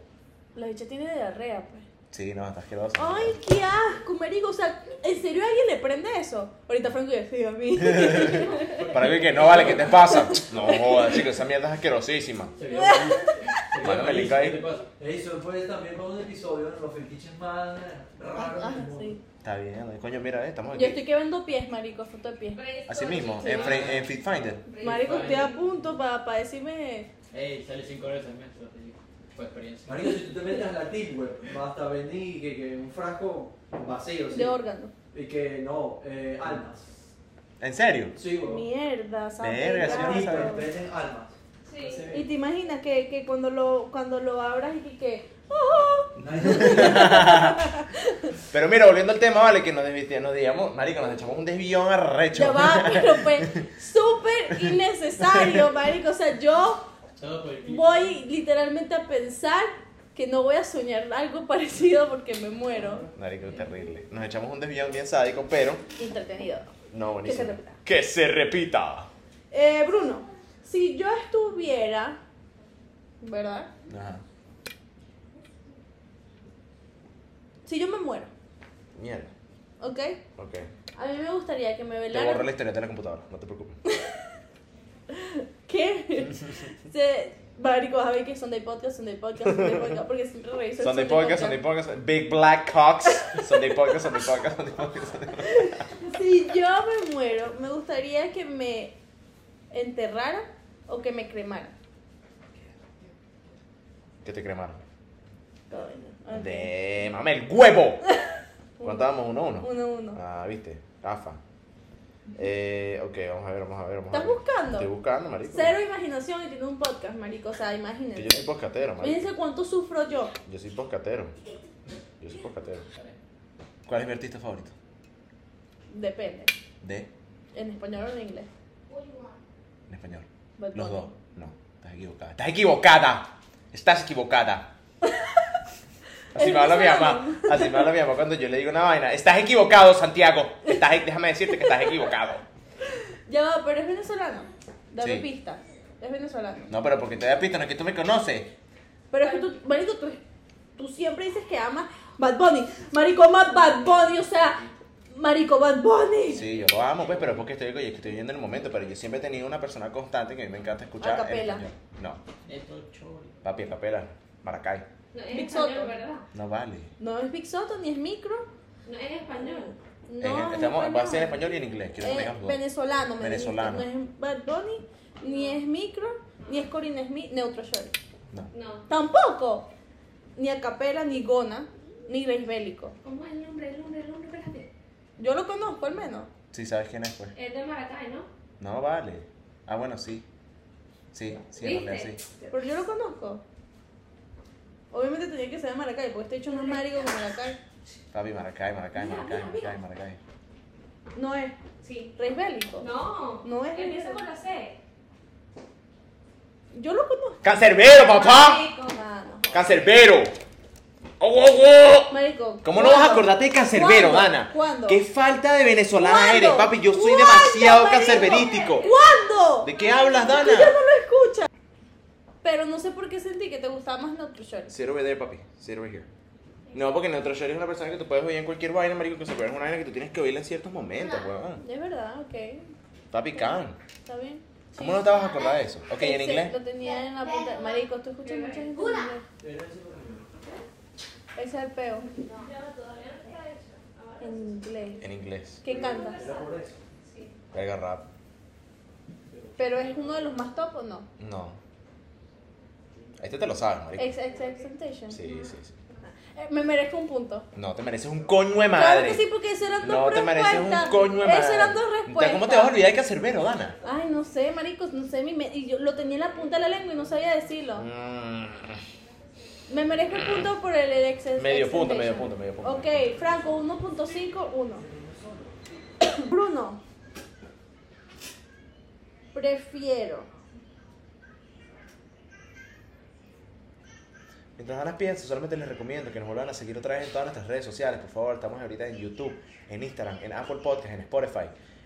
La bicha tiene diarrea, pues. Sí, no, estás quedado. Ay, qué asco, marico. O sea, ¿en serio a alguien le prende eso? Ahorita Franco y sí, a mí. Para mí que no vale, ¿qué te pasa? No jodas, chicos, esa mierda es asquerosísima. Se vio buenísimo. Se vio Mándame el link buenísimo, ahí. ¿qué te pasa? Ey, eso fue también para un episodio de los fetiches más raros Ah, del mundo. sí. Está bien, coño, mira, eh, estamos aquí. Yo estoy que vendo pies, marico, foto de pies. Así mismo, Sí. en, Fre- en Fit Finder. Marico, estoy a punto para decirme. Ey, sale 5 horas al mes. yo te digo, Por experiencia. Marico, si tú te metes a la tip web, basta venir que, que un frasco vacío, sí. De órgano. Y que no, eh, almas. ¿En serio? Sí, güey. Mierda, Verga, sí, Gato. no sabía. venden almas. Sí. Así Y mismo. te imaginas que, que cuando lo cuando lo abras y que, que, ¡oh! Nadie- Pero mira, volviendo al tema, vale, que nos desviamos, nos digamos, marico, nos echamos un desvión arrecho. Ya va, pero fue súper innecesario, marico. O sea, yo Todo por el- voy literalmente a pensar que no voy a soñar algo parecido porque me muero. Marico, terrible. Nos echamos un desvión bien sádico, pero Entretenido. no buenísimo. Que se repita. Que se repita. Eh, Bruno, si yo estuviera, ¿verdad? Ajá. Si yo me muero, Mierda. ¿ok? Ok. A mí me gustaría que me Te borro velaran. la historia de la computadora, no te preocupes. ¿Qué? Se, marico, vas a ver que Sunday Podcast, Sunday Podcast, Sunday Podcast, porque siempre reviso el Sunday podcast, Sunday podcast, Big Black Cox. Sunday podcast, Sunday podcast, Sunday podcast. Sunday podcast. Si yo me muero, me gustaría que me enterraran o que me cremaran. Que te cremaron. Coño, ok. De mame el huevo. ¿Cuántábamos? Uno, uno. Uno, uno. Ah, viste, gafa. Eh, ok, vamos a ver, vamos a ver, vamos a ¿Estás ver. buscando? Estoy buscando, marico. Cero imaginación y tiene un podcast, marico. O sea, Que imagínense. yo soy poscatero, marico. Fíjense cuánto sufro yo. Yo soy poscatero. Yo soy poscatero. ¿Cuál es mi artista favorito? Depende. De, En español o en inglés. en español. Bad Los Bunny. dos. No, estás equivocada. ¡Estás equivocada! ¡Estás equivocada! Así me habla mi mamá. Así me habla mi mamá cuando yo le digo una vaina. Estás equivocado, Santiago. Estás, e- déjame decirte que estás equivocado. Ya va, pero es venezolano. Dame Sí. pistas. Es venezolano. No, pero porque te da pista, no es que tú me conoces. Pero es que tú, marico, tú, tú siempre dices que amas Bad Bunny. Marico, amas Bad Bunny. O sea, marico, Bad Bunny. Sí, yo lo amo, pues, pero es porque estoy, oye, que estoy viviendo el momento, pero yo siempre he tenido una persona constante que a mí me encanta escuchar. A capela. en español. No, Esto chori. papi, a capela, Maracay. No es Big español, Soto. ¿verdad? No vale. No es Big Soto ni es micro. No es español. No, En- es estamos, va a ser en español. español y en inglés, quiero que me Eh, digas dos. venezolano, me Venezolano. dijiste. No es Bad Bunny, ni es micro, ni es Corinne Smith, Neutro Short. No. No. Tampoco. Ni a capela, ni Gona, ni Grace Bélico. ¿Cómo es el nombre? El nombre, el nombre, espérate. Yo lo conozco al menos. Sí, ¿sabes quién es, pues? Es de Maracay, ¿no? No vale. Ah, bueno, sí. Sí, sí, en realidad, ¿Viste? sí. Pero yo lo conozco. Obviamente tenía que ser de Maracay, porque este hecho no es marico con Maracay. Papi, Maracay, Maracay, Mira, Maracay, mira, Maracay, mira. Maracay. No es Sí. Grace Bélico. No. No es Empieza español. con la C. Yo lo conozco. ¡Cancerbero, papá! Marico. Ah, no. ¡Cancerbero! ¡Oh, oh, oh! Marico. ¿Cómo no vas a ¿cuándo? acordarte de cancerbero, ¿Cuándo? Dana? ¿Cuándo? ¡Qué falta de venezolana ¿Cuándo? eres, papi! Yo soy ¿Cuándo, demasiado marico? cancerberítico. ¿Cuándo? ¿De qué hablas, Dana? Tú ya no lo escuchas. Pero no sé por qué sentí que te gustaba más Nutrition. Sit over there, papi. Sit over here. No, porque Neutral Shorty es una persona que tú puedes oír en cualquier vaina, marico, que se puede es una vaina que tú tienes que oírla en ciertos momentos, weón. Es verdad, ok. Papi, can. Está bien. ¿Cómo no te vas a acordar de eso? Ok, Sí, en sí, inglés. Lo tenía en la punta. Marico, tú escuchas mucha gente. en Una. inglés. Ese es el peo. En inglés. En inglés. ¿Qué cantas? Era por eso. Verga rap. ¿Pero es uno de los más top o no? No. Este te lo sabes, marico. Ex, ex, ex Temptation. Sí, sí, sí. Eh, me merezco un punto. No, te mereces un coño de Claro madre. que sí, porque eso eran dos No te respuestas. mereces un coño de madre. Eso eran dos respuestas. ¿Cómo te vas a olvidar que Cancerbero, Dana? Ay, no sé, maricos, no sé. mi me- Y yo lo tenía en la punta de la lengua y no sabía decirlo. Mm. Me merezco un punto por el ex Ah. Medio ex- punto, temptation. medio punto, medio punto. Ok, Franco, 1.5, 1. Bruno. Prefiero. Mientras Dana piensa, solamente les recomiendo que nos vuelvan a seguir otra vez en todas nuestras redes sociales. Por favor, estamos ahorita en YouTube, en Instagram, en Apple Podcast, en Spotify,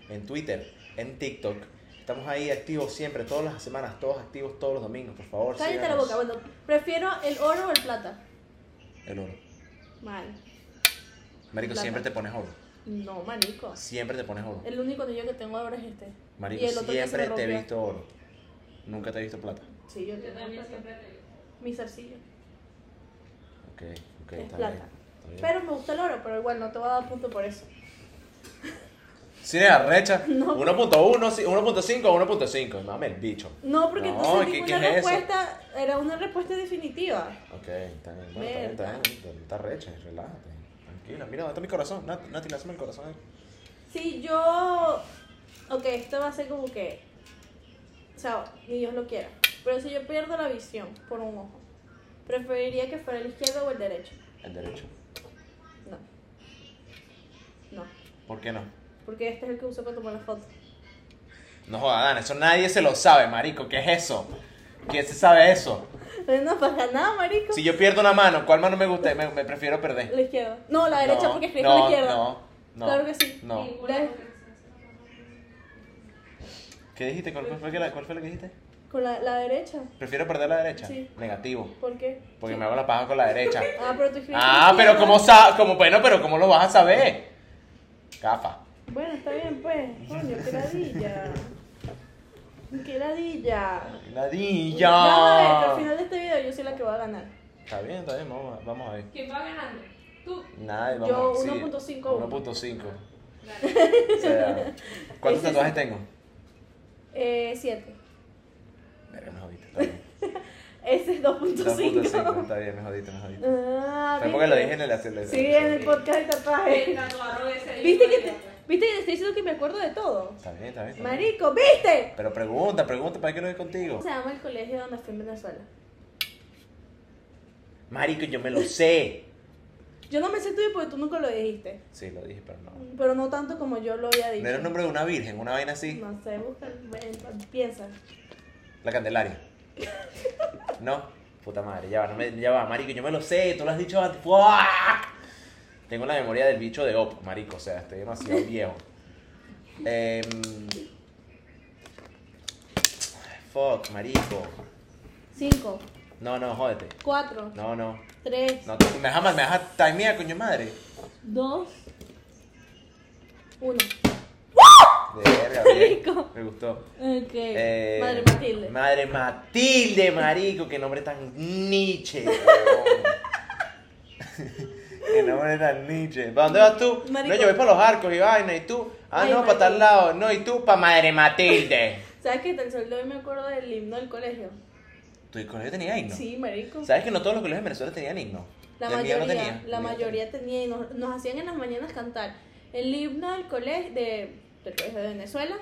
en Twitter, en TikTok. Estamos ahí activos siempre, todas las semanas, todos activos todos los domingos. Por favor, Cállate la síganos. boca. Bueno, prefiero el oro o el plata. El oro. Mal. Marico, Plata. siempre te pones oro. No, marico. Siempre te pones oro. El único anillo que tengo ahora es este. Marico, y el otro que se siempre me te he rompió. visto oro. Nunca te he visto plata. Sí, yo Yo tengo también plata. siempre te digo. Mi zarcillo. Ok, ok, Es está plata. bien. Está bien. Pero me gusta el oro, pero igual no te voy a dar punto por eso. Sí, es arrecha. No. 1.1, sí, 1.5 o 1.5. Mame el bicho. No, porque No, entonces ¿qué- digo qué una es eso? respuesta era una respuesta definitiva. Ok, está bien, bueno, está bien, está bien, está bien, está recha, relájate. Tranquila, mira, ¿dónde está mi corazón? Nat- Nati, lázame el corazón eh. ahí. Si yo. Ok, esto va a ser como que. O sea, ni Dios lo quiera. Pero si yo pierdo la visión por un ojo, preferiría que fuera el izquierdo o el derecho. El derecho. No. No, ¿Por qué no? porque este es el que uso para tomar las fotos. No jodan, eso nadie se lo sabe, marico. ¿Qué es eso? ¿Quién se sabe eso? No pasa nada, marico. Si yo pierdo una mano, ¿cuál mano me gusta? Me, me prefiero perder. La izquierda. No, la derecha No, porque escribí no, con la izquierda. No, no. Claro que sí. No. Ninguna La- conversación. ¿Qué dijiste? ¿Cuál fue, la, ¿Cuál fue la que dijiste? Con la, la derecha. ¿Prefiero perder la derecha? Sí. Negativo. ¿Por qué? Porque me hago la paja con la derecha. Ah, pero tú escribiste. Ah, con la pero izquierda. ¿cómo sabes? Como, bueno, pero ¿cómo lo vas a saber? Gafa. Bueno, está bien, pues. Coño, qué ladilla. Qué ladilla. Ladilla. Vamos a ver, que al final de este video yo soy la que va a ganar. Está bien, está bien, vamos, a- vamos a ver. ¿Quién va ganando? Tú. Nada, vamos Yo, sí, 1.5. 1.5. Dale. O sea, ¿cuántos Ese es- tatuajes tengo? Eh, 7. Verga, me jodiste, está bien. Ese es 2.5. está bien, me jodiste, me jodiste. Ah, Fue porque lo dije ¿viste? en el acelerador. Sí, en el podcast de tatuaje. El tatuador ese. ahí, ¿Viste que te, María. viste que te estoy diciendo que me acuerdo de todo? Está bien, está bien. está bien. Marico, ¿viste? Pero pregunta, pregunta, ¿para qué lo doy contigo? ¿Cómo se llama el colegio donde fui en Venezuela? Marico, yo me lo sé. Yo no me sé tuyo porque tú nunca lo dijiste. Sí, lo dije, pero no. Pero no tanto como yo lo había dicho. ¿No era el nombre de una virgen, una vaina así? No sé, busca, eh, piensa. La Candelaria. No, puta madre, ya va, no me- ya va, marico, yo me lo sé, tú lo has dicho antes. ¡Fuck! Tengo la memoria del bicho de Op, marico, o sea, estoy demasiado viejo. Em, fuck, marico. 5, No, no, jódete. 4, No, no. 3, No, te- me jamás, me dejas timear, coño madre. 2, 1. De verga, bien. Rico. Me gustó. Ok. Eh, Madre Matilde. Madre Matilde, marico, qué nombre tan Nietzsche. weón. qué nombre tan Nietzsche. ¿Para dónde vas tú? Marico. No, yo voy para los arcos y vaina, ¿y tú? Ah, Ay, no, para tal marico. lado. No, ¿y tú? Para Madre Matilde. ¿Sabes que tan solo hoy me acuerdo del himno del colegio? ¿Tu colegio tenía himno? Sí, marico. ¿Sabes que no todos los colegios en Venezuela tenían himno? La El mío mayoría, no tenía. la El mío no mayoría tenía y nos, nos hacían en las mañanas cantar el himno del colegio de, del colegio de Venezuela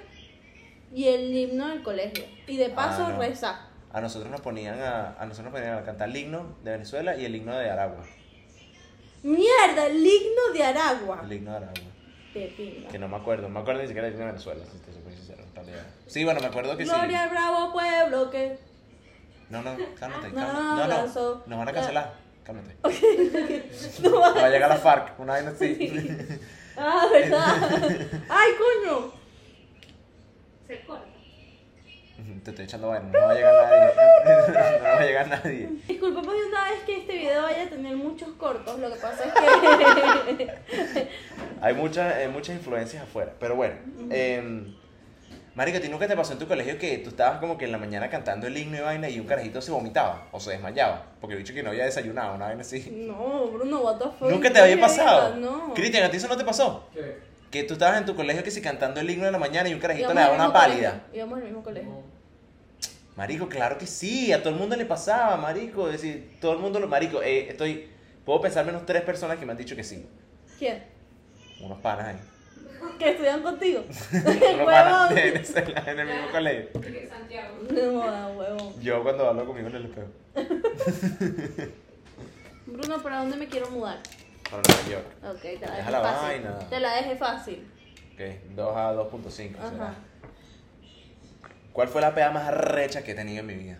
y el himno del colegio. Y de paso Ah, no. rezar. tenía. A nosotros nos ponían a, a nosotros nos ponían a cantar el himno de Venezuela y el himno de Aragua. Mierda, el himno de Aragua. El himno de Aragua. Te pinga. Que no me acuerdo, no me acuerdo ni siquiera del himno de Venezuela, si te soy muy sincero, en realidad. Sí, bueno, me acuerdo que sí. Gloria al bravo pueblo que No, no, cálmate, cálmate. No, No, no, lanzó- nos van a la- cancelar. Cálmate. no Va a llegar la FARC, una vaina así. Sí. Ah, ¿verdad? ¡Ay, coño! Se corta. Te estoy echando vaina, no va a llegar nadie. No va a llegar nadie. Disculpemos de una vez que este video vaya a tener muchos cortos, lo que pasa es que... Hay muchas, eh, muchas influencias afuera, pero bueno. Eh, Marica, ¿a ti nunca te pasó en tu colegio que tú estabas como que en la mañana cantando el himno y vaina y un carajito se vomitaba o se desmayaba? Porque el bicho que no había desayunado, una vaina así. No, Bruno, what the fuck. ¿Nunca te había ¿Qué pasado? verga? No. Cristian, ¿a ti eso no te pasó? ¿Qué? Que tú estabas en tu colegio que si cantando el himno en la mañana y un carajito Íbamos le daba al mismo una pálida. colegio, Íbamos al mismo colegio. No. Marico, claro que sí, a todo el mundo le pasaba, marico, es decir, todo el mundo lo, marico, eh, estoy, puedo pensar menos tres personas que me han dicho que sí, ¿Quién? unos panas ahí, Que estudian contigo. unos panas Huevón. de Venezuela en el mismo colegio. De Santiago. No joda, huevón. Yo cuando hablo conmigo en el espejo, Bruno, ¿para dónde me quiero mudar? para Nueva York, Ok, te la Deja dejé la fácil. vaina. Te la dejé fácil. ok, 2 a 2.5, Ajá. será. ¿Cuál fue la pea más recha que he tenido en mi vida?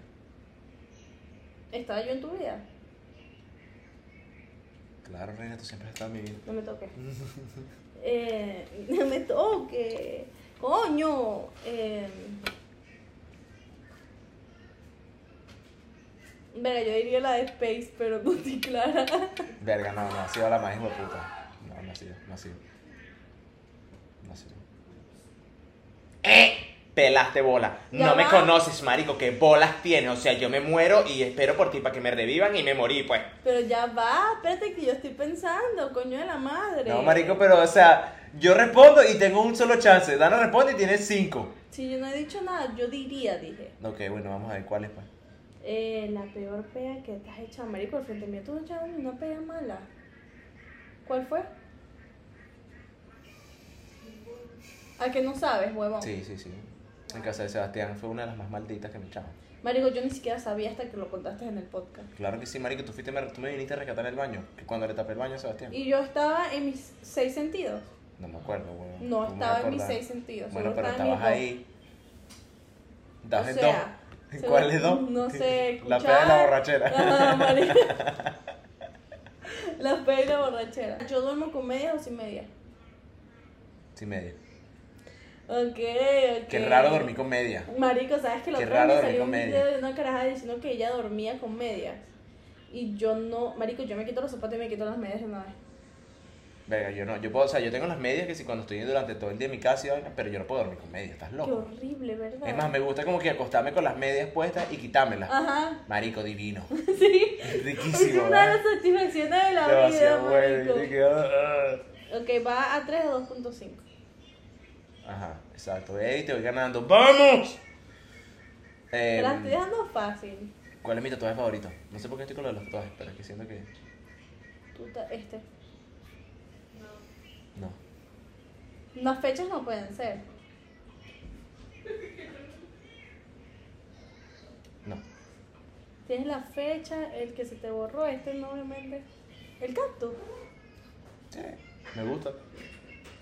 ¿Estaba yo en tu vida? Claro, Reina, tú siempre has estado en mi vida. No me toques. eh, no me toques. Coño. Eh... Verga, yo diría la de Space, pero con ti, Clara. Verga, no, no, ha sido la más hijo de puta, no, no ha sido, no ha sido, no ha sido. ¡Eh! Pelaste bola. Ya no me va. conoces, marico. ¿Qué bolas tienes? O sea, yo me muero y espero por ti para que me revivan y me morí, pues. Pero ya va, espérate que yo estoy pensando, coño de la madre. No, marico, pero, o sea, yo respondo y tengo un solo chance. Dana responde y tiene cinco. Si yo no he dicho nada, yo diría, dije. Ok, bueno, vamos a ver cuál es, pues. Eh, la peor pea que te has echado, marico, al frente mío tú no echabas ni una pea mala. ¿Cuál fue? ¿A que no sabes, huevón? Sí, sí, sí. En casa de Sebastián fue una de las más malditas que me echaron. Marico, yo ni siquiera sabía hasta que lo contaste en el podcast. Claro que sí, marico. Tú, fuiste, tú me viniste a rescatar el baño. Que cuando le tapé el baño a Sebastián. Y yo estaba en mis seis sentidos. No me acuerdo, güey. No ¿Cómo me estaba en mis acordaba? seis sentidos. Bueno, solo pero estaba en estabas mis dos. ahí. Estabas O en sea, dos. se- ¿Cuáles dos? No sé. La peda de la escuchar. borrachera. Ajá, marica. La peda y la borrachera. Yo duermo con medias o sin medias. Sí, media. Ok, ok. Qué raro dormir con media. Marico, ¿sabes que la Qué otra raro vez dormir me salió con un medias. video de una caraja diciendo que ella dormía con medias? Y yo no, marico, yo me quito los zapatos y me quito las medias de una vez. Verga, yo no. Yo puedo, o sea, yo tengo las medias que si cuando estoy durante todo el día en mi casa y vaina, pero yo no puedo dormir con medias, estás Qué loco. horrible, ¿verdad? Es más, me gusta como que acostarme con las medias puestas y quitármelas. Ajá, Marico, divino. sí. Es Riquísimo. Ah. una de ¿verdad? las satisfacciones de la Demasiado vida, bueno. "Ah". marico. y te quedas, Ok, va a 3 o 2.5. ah. Ajá, exacto. Ey, te voy ganando. ¡Vamos! Te la estoy Em, dejando fácil. ¿Cuál es mi tatuaje favorito? No sé por qué estoy con lo de los tatuajes, pero es que siento que. Tú te- este. No. Las fechas no pueden ser. No. Tienes la fecha, el que se te borró, este no, obviamente. El canto. Sí, me gusta.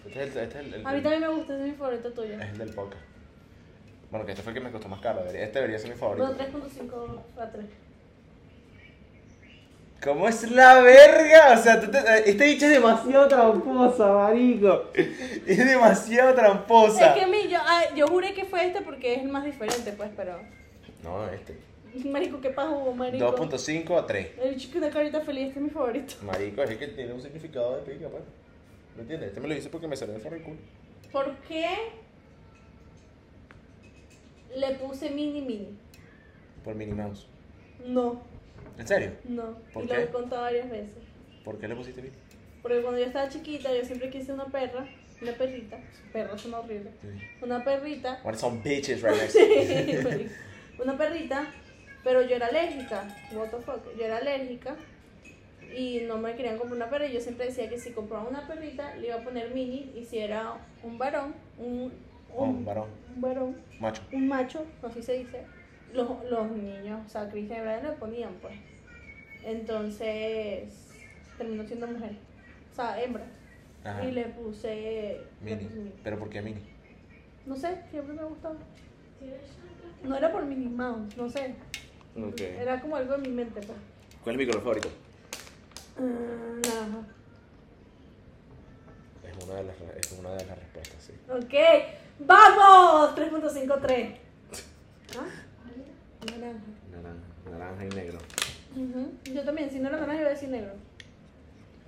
Este es el. Este es el, el- A mí también me gusta, ese es mi favorito tuyo. Es el del podcast. Bueno, que este fue el que me costó más caro. debería- Este debería ser mi Bueno, favorito. 3.5 a 3. ¿Cómo es la verga? O sea, tú te- este dicho es demasiado tramposa, marico. Es demasiado tramposa. es que a mí, yo, ay, yo juré que fue este porque es el más diferente, pues, pero. No, este. Marico, qué paja hubo, marico. 2.5 a 3. El bicho que una carita feliz, este es mi favorito. Marico, es el que tiene un significado de pica, pues. ¿Me entiendes? Este me lo hice porque me salió el forro cool. ¿Por qué le puse mini mini? Por Minnie Mouse. No, ¿En serio? no. ¿Por y qué? lo he contado varias veces. ¿Por qué le pusiste Minnie? Porque cuando yo estaba chiquita, yo siempre quise una perra, una perrita. Perra suena horrible. Una perrita. What some bitches right next to una perrita, pero yo era alérgica. What the fuck? Yo era alérgica y no me querían comprar una perra. Y yo siempre decía que si compraba una perrita, le iba a poner mini. Y si era un varón, un, Un varón. un varón, Macho. un macho, así se dice, los, los niños, o sea, Cristian y Brian le ponían, pues. Entonces, terminó siendo mujer, o sea, hembra. Ajá. Y le puse. le Minnie. puse Minnie. ¿Pero por qué Minnie? No sé, siempre me ha gustado. No era por Minnie Mouse, no sé. Ok. Era como algo en mi mente, pues. ¿Cuál es mi color favorito? Mm, Naranja. Es una de las, es una de las respuestas, sí. Ok, ¡vamos! 3.53. ¿Ah? Naranja. Naranja, naranja y negro. Ujú. Yo también, si no era naranja, iba a decir negro.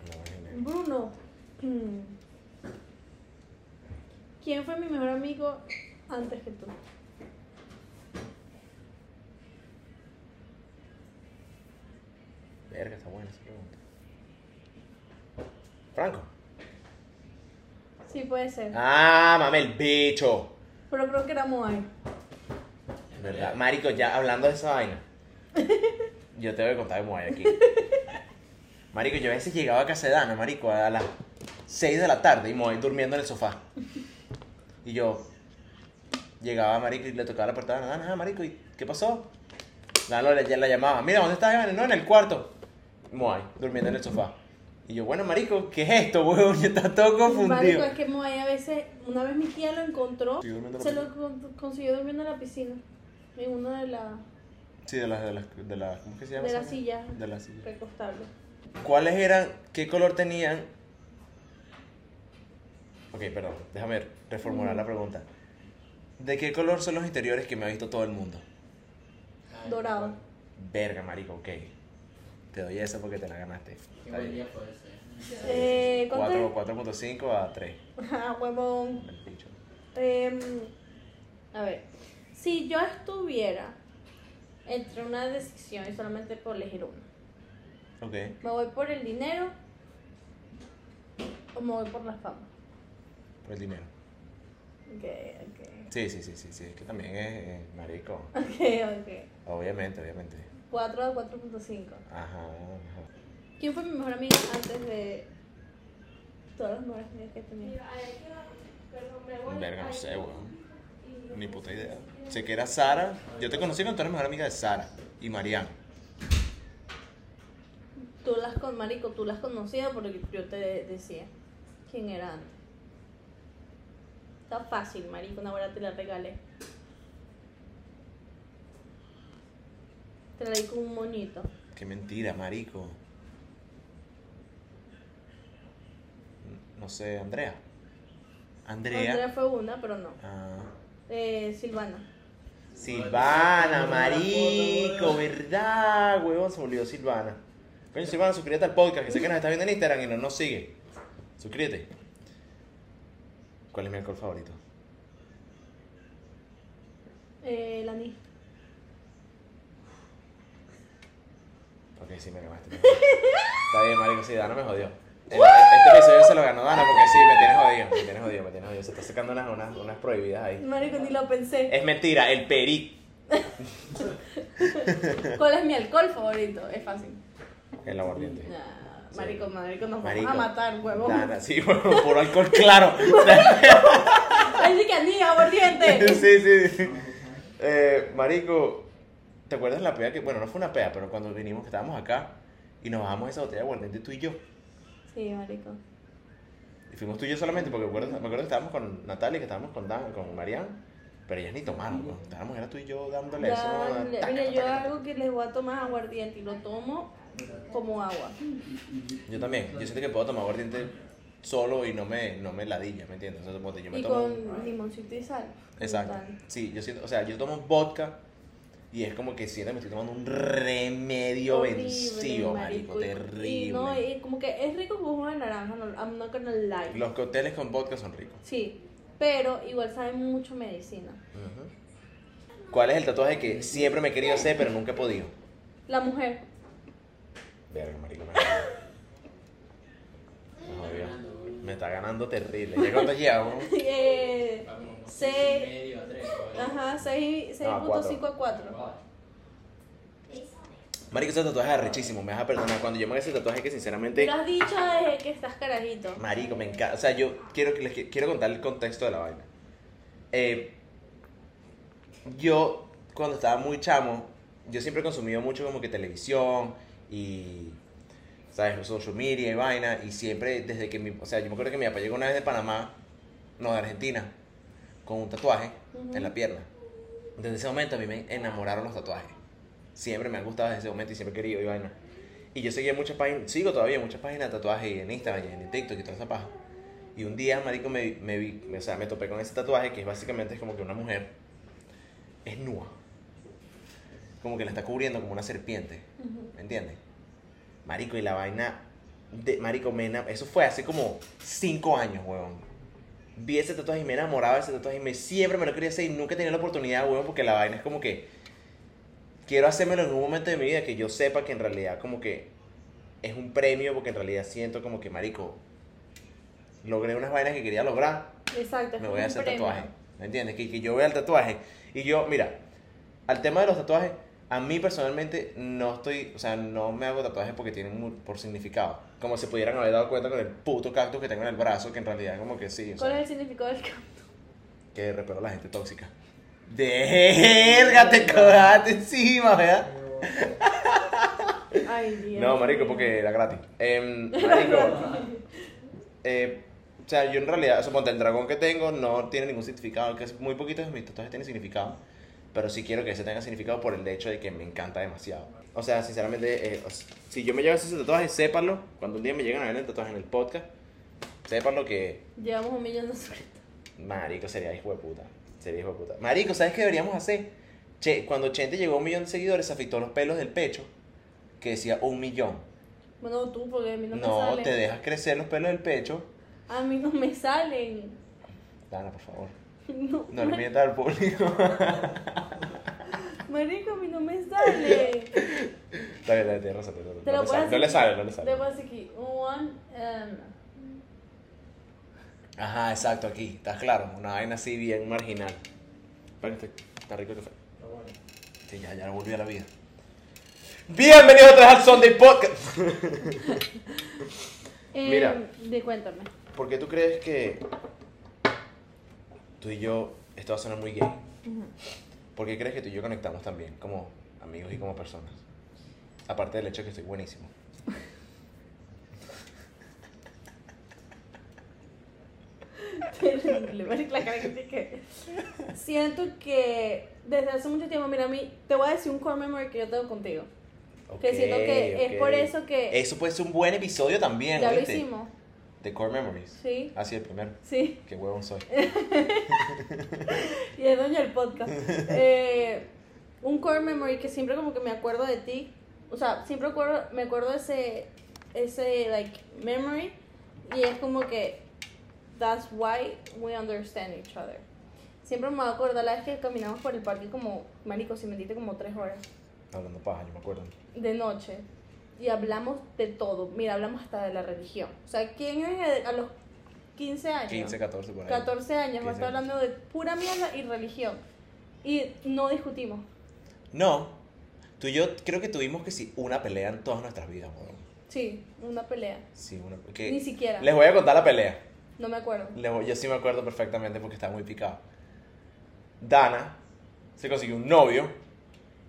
Naranja y negro. Bruno. mm, ¿Quién fue mi mejor amigo antes que tú? Verga, está buena esa pregunta. Franco. Sí, puede ser. Ah, mame el bicho. Pero creo que era Moai. ¿Verdad? Marico, ya hablando de esa vaina. Yo te voy a contar de Moai aquí. Marico, yo a veces llegaba a casa de Dana, marico, a las 6 de la tarde y Moai durmiendo en el sofá. Y yo llegaba, marico, y le tocaba la puerta a Dana, Dana, ah, marico, ¿y qué pasó? Dana la, la llamaba, mira, ¿dónde estás, Dana? No, en el cuarto. Moai, durmiendo en el sofá. Y yo, bueno, marico, ¿qué es esto, huevón? Ya está todo Marico, confundido. es que Moai a veces, una vez mi tía lo encontró, Estoy durmiendo en la se lo con- consiguió durmiendo en la piscina. En una de, la, Sí, de las, de las, de las, ¿cómo que se llama? de esa las vaina? sillas De las sillas. recostables. ¿Cuáles eran? ¿Qué color tenían? Ok, perdón, déjame Mm. reformular la pregunta. ¿De qué color son los interiores que me ha visto todo el mundo? Dorado. Verga, marico, ok. Te doy esa porque te la ganaste. ¿Qué buen día puede ser? Eh, ¿Cuánto es? 4 4.5 a 3. Ah, huevón. El bicho. Em, a ver, si yo estuviera entre una decisión y solamente por elegir una, Ok. ¿me voy por el dinero o me voy por la fama? Por pues el dinero. Ok, ok. Sí, sí, sí, sí, sí. Es que también es, eh, marico. Ok, ok. Obviamente, obviamente. 4 a 4.5. Ajá, ajá. ¿Quién fue mi mejor amiga antes de todas las mejores amigas que tenía? Verga, no sé, weón. Ni puta idea. Sé que era Sara. Yo te conocí cuando tú eras mejor amiga de Sara y Mariana. Tú las con Marico, tú las conocías porque yo te decía quién era antes. Está fácil, marico, una hora te la regalé. Te la di con un moñito. Qué mentira, marico. No sé, Andrea. Andrea. Andrea fue una, pero no. Ah. Eh, Silvana. Silvana, Bueno, marico, bueno. verdad, huevón, se me olvidó Silvana. Coño, Silvana, suscríbete al podcast, que sé que nos estás viendo en Instagram y no nos sigue. Suscríbete. ¿Cuál es mi alcohol favorito? Eh, Lani. Ok, sí, me ganaste. me ganaste. Está bien, marico, sí, Dana me jodió. El- Este episodio se lo ganó Dana porque sí, me tienes jodido, me tienes jodido, me tienes jodido. Se está sacando unas, unas, unas prohibidas ahí. Marico, ni lo pensé. Es mentira, el peri. Eh. ¿Cuál es mi alcohol favorito? Es fácil. El aguardiente. Nah, Sí. marico, marico, nos Marico. vamos a matar, huevón. Dana, sí, huevón, puro alcohol claro. Así que ni aguardiente. sí, sí. sí. Eh, marico, ¿te acuerdas la pea que, bueno, no fue una pea, pero cuando vinimos, que estábamos acá y nos bajamos esa botella de aguardiente tú y yo? Sí, marico. Y fuimos tú y yo solamente, porque acuerdo- me acuerdo que estábamos con Natalia, que estábamos con Dan, con Marian, pero ellas ni tomaron, pues. estábamos, era tú y yo dándole eso. Ya, mira, taca, mira, taca, yo taca. algo que les voy a tomar aguardiente y lo tomo como agua. Yo también, yo siento que puedo tomar aguardiente solo y no me, no me ladilla, ¿me entiendes? Entonces, como te- yo me Y tomo... con limoncito y sal. Exacto. Tal. Sí, yo siento, o sea, yo tomo vodka y es como que siento que me estoy tomando un remedio Horrible, vencido, oh, marico, y- terrible. Y no, y como que es rico jugo de naranja, no, I'm not gonna lie. Los cócteles con vodka son ricos. Sí, pero igual sabe mucho medicina. ¿Cuál es el tatuaje que siempre me he querido hacer pero nunca he podido? La mujer. Verga, marico, me Me jodió. Me está ganando terrible. ¿Ya cuánto llevamos? eh, Sí. medio a tres. ¿vale? ajá, 6.5 Ah, cuatro. a 4. Vale. Marico, ese tatuaje es arrechísimo. Me vas a perdonar. Cuando yo me haga ese tatuaje que sinceramente... Lo has dicho desde que estás carajito. Marico, me encanta. O sea, yo quiero que les qui- quiero contar el contexto de la vaina. Eh, yo, cuando estaba muy chamo, yo siempre he consumido mucho como que televisión y. ¿Sabes? Social media y vaina. Y siempre, desde que mi. O sea, yo me acuerdo que mi papá llegó una vez de Panamá, no, de Argentina, con un tatuaje en la pierna. Desde ese momento a mí me enamoraron los tatuajes. Siempre me han gustado desde ese momento y siempre he querido y vaina. Y yo seguía muchas páginas, sigo todavía muchas páginas de tatuajes y en Instagram y en TikTok y toda esa paja. Y un día, marico, me, me vi, o sea, me topé con ese tatuaje que es básicamente es como que una mujer es nua. Como que la está cubriendo como una serpiente. ¿Me entiendes? Marico, y la vaina de marico, me ena- eso fue hace como cinco años, weón. Vi ese tatuaje y me enamoraba de ese tatuaje y me, siempre me lo quería hacer y nunca tenía la oportunidad, weón, porque la vaina es como que quiero hacérmelo en un momento de mi vida que yo sepa que en realidad como que es un premio porque en realidad siento como que, marico, logré unas vainas que quería lograr, Exacto. es me como voy a un hacer premio. tatuaje. ¿Me entiendes? Que, que yo vea el tatuaje. Y yo, mira, al tema de los tatuajes, a mí personalmente no estoy, o sea, no me hago tatuajes porque tienen mu- por significado. Como se pudieran haber dado cuenta con el puto cactus que tengo en el brazo, que en realidad como que sí, o ¿Cuál es sea, el significado del campo? que repelo a la gente tóxica. Verga, te cagaste encima, ¿verdad? Ay, Dios. No, marico, porque era gratis. Em, marico, eh, o sea, yo en realidad, suponte, el dragón que tengo no tiene ningún significado, que es muy poquitos de mis tatuajes tienen significado, pero sí quiero que ese tenga significado por el hecho de que me encanta demasiado. O sea, sinceramente, eh, o s- si yo me llevo ese tatuaje, sépanlo, cuando un día me lleguen a ver el tatuaje en el podcast, sépanlo que, Llevamos un millón de suscriptores. marico, sería hijo de puta, sería hijo de puta. Marico, ¿sabes qué deberíamos hacer? Che, cuando Chente llegó a un millón de seguidores, se afectó los pelos del pecho, que decía un millón. Bueno, tú, porque a mí no, me No, salen. te dejas crecer los pelos del pecho. A mí no me salen. Dana, por favor. No, No le mientas al público. marico, a mí no me salen. Está bien, dale, tienes razón, tienes razón. Te No lo le voy sale, no le a hacer. sale, no le Le sale. voy a hacer aquí. Un. em, Ajá, exacto, aquí. Estás claro. Una vaina así bien marginal. Espera que está- Está rico el café. Está bueno. Sí, ya, ya volví a la vida. Bienvenidos otra vez al Sunday Podcast. em, Mira. De cuéntame. ¿Por qué tú crees que tú y yo, esto va a sonar muy gay? ¿Por qué crees que tú y yo conectamos también como amigos y como personas? Aparte del hecho de que soy buenísimo. terrible, marico, la cara que te queda. Siento que desde hace mucho tiempo, mira, a mí, te voy a decir un core memory que yo tengo contigo. que siento que Ok, es por ok. eso que Eso puede ser un buen episodio también, ya lo ¿oíste? hicimos. The Core Memories. Sí, Así el primero. sí. Qué huevón soy. Y es dueño del podcast. Eh, un core memory que siempre como que me acuerdo de ti. O sea, siempre acuerdo, me acuerdo de ese, ese, like, memory. Y es como que, that's why we understand each other. Siempre me acuerdo la vez que caminamos por el parque como, marico, si metiste como tres horas Hablando paja, yo me acuerdo. de noche. Y hablamos de todo. Mira, hablamos hasta de la religión. O sea, ¿quién es a los 15 años? 15, 14 por ahí. 14 años, va 15 a estar hablando de pura mierda y religión. Y no discutimos. No. Tú y yo creo que tuvimos que sí una pelea en todas nuestras vidas, huevón. Sí, una pelea. Sí, una que- Ni siquiera. Les voy a contar la pelea. No me acuerdo. Les voy- Yo sí me acuerdo perfectamente porque estaba muy picado. Dana se consiguió un novio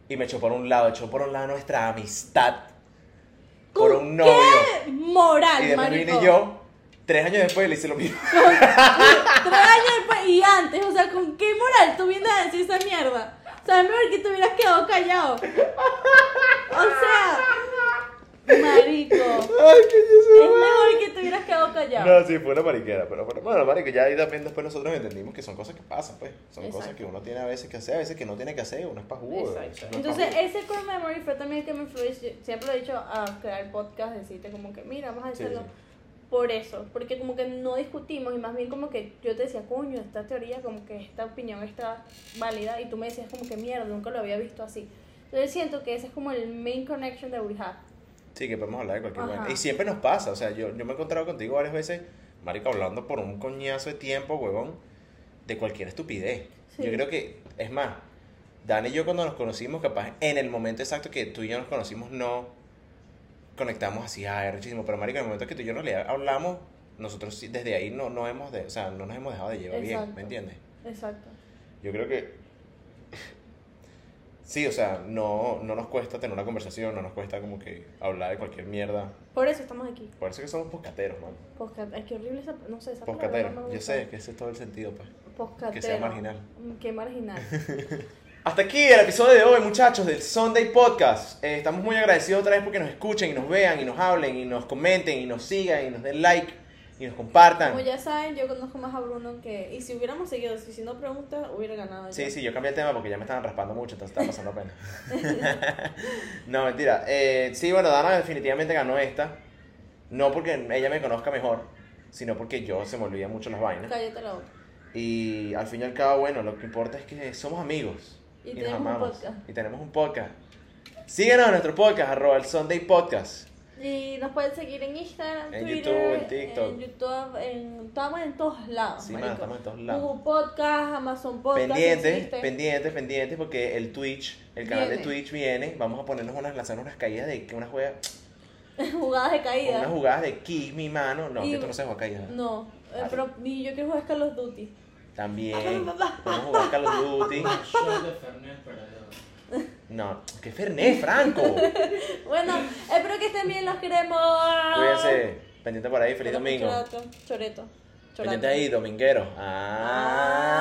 y me echó por un lado, echó por un lado nuestra amistad por ¿Con un novio. qué moral, Y después marico? vine yo, tres años después, y le hice lo mismo. Tres años después y antes, o sea, ¿con qué moral tú vienes a decir esa mierda? O sea, es mejor que te hubieras quedado callado. O sea, marico. es mejor que te hubieras quedado callado. No, sí, fue una mariquera, pero bueno, bueno, marico, ya ahí también después nosotros entendimos que son cosas que pasan, pues. Son cosas Exacto. que uno tiene a veces que hacer, a veces que no tiene que hacer, uno es para jugo. Exacto. Entonces, ese core memory fue también el que me influenció. Siempre lo he dicho a crear podcast, decirte como que, mira, vamos a Sí, hacerlo. sí. Por eso, porque como que no discutimos y más bien como que yo te decía, coño, esta teoría, como que esta opinión está válida y tú me decías como que mierda, nunca lo había visto así. Entonces siento que ese es como el main connection that we have. Sí, que podemos hablar de cualquier Ajá. vaina. Y siempre nos pasa, o sea, yo, yo me he encontrado contigo varias veces, marico, hablando por un coñazo de tiempo, huevón, de cualquier estupidez. Sí. Yo creo que, es más, Dani y yo cuando nos conocimos, capaz en el momento exacto que tú y yo nos conocimos, no conectamos así, ay, rechísimo, pero marico, en el momento que tú y yo nos le- hablamos, nosotros sí, desde ahí no, no hemos de, o sea, no nos hemos dejado de llevar bien, Exacto. ¿me entiendes? Exacto. Yo creo que. Sí, o sea, no, no nos cuesta tener una conversación, no nos cuesta como que hablar de cualquier mierda. Por eso estamos aquí. Por eso que somos poscateros, man. Podcast, ay, qué horrible esa, no sé, esa palabra no Poscateros. me Yo gusta. sé que ese es todo el sentido, pues. Poscatero. que sea marginal. Mm, Qué marginal. Hasta aquí el episodio de hoy, muchachos, del Sunday Podcast. Eh, estamos muy agradecidos otra vez porque nos escuchen y nos vean y nos hablen y nos comenten y nos sigan y nos den like y nos compartan. Como ya saben, yo conozco más a Bruno que. Y si hubiéramos seguido haciendo preguntas, hubiera ganado. yo. Sí, sí, yo cambié el tema porque ya me estaban raspando mucho, entonces estaba pasando pena. no, mentira. Eh, sí, bueno, Dana definitivamente ganó esta. No porque ella me conozca mejor, sino porque yo se me olvidan mucho las vainas. Cállate la boca. Y al fin y al cabo, bueno, lo que importa es que somos amigos. Y tenemos un podcast. Y tenemos un podcast. Síguenos en nuestro podcast, arroba el Sunday Podcast. Y nos pueden seguir en Instagram, En Twitter, YouTube, en TikTok. en YouTube, en, estamos en todos lados. Sí, Ah, marico. mano, estamos en todos lados. Google Podcast, Amazon Podcast. Pendientes, existe. pendientes, pendientes, porque el Twitch, el canal de Viene. Twitch viene. Vamos a ponernos unas, lanzar unas caídas de que una juega. Jugadas de Con unas caída. jugadas de kick mi mano. No, Y- que esto no se juega caída. No, eh, pero y yo quiero jugar Call of Duty. También. Podemos jugar Call of Duty. Un shot de Fernet para allá. No, que Ferné, Franco. Bueno, espero que estén bien, los queremos. Cuídense. Pendiente por ahí, feliz Chorato, domingo. Choreto. chorato. Pendiente ahí, dominguero. Ah.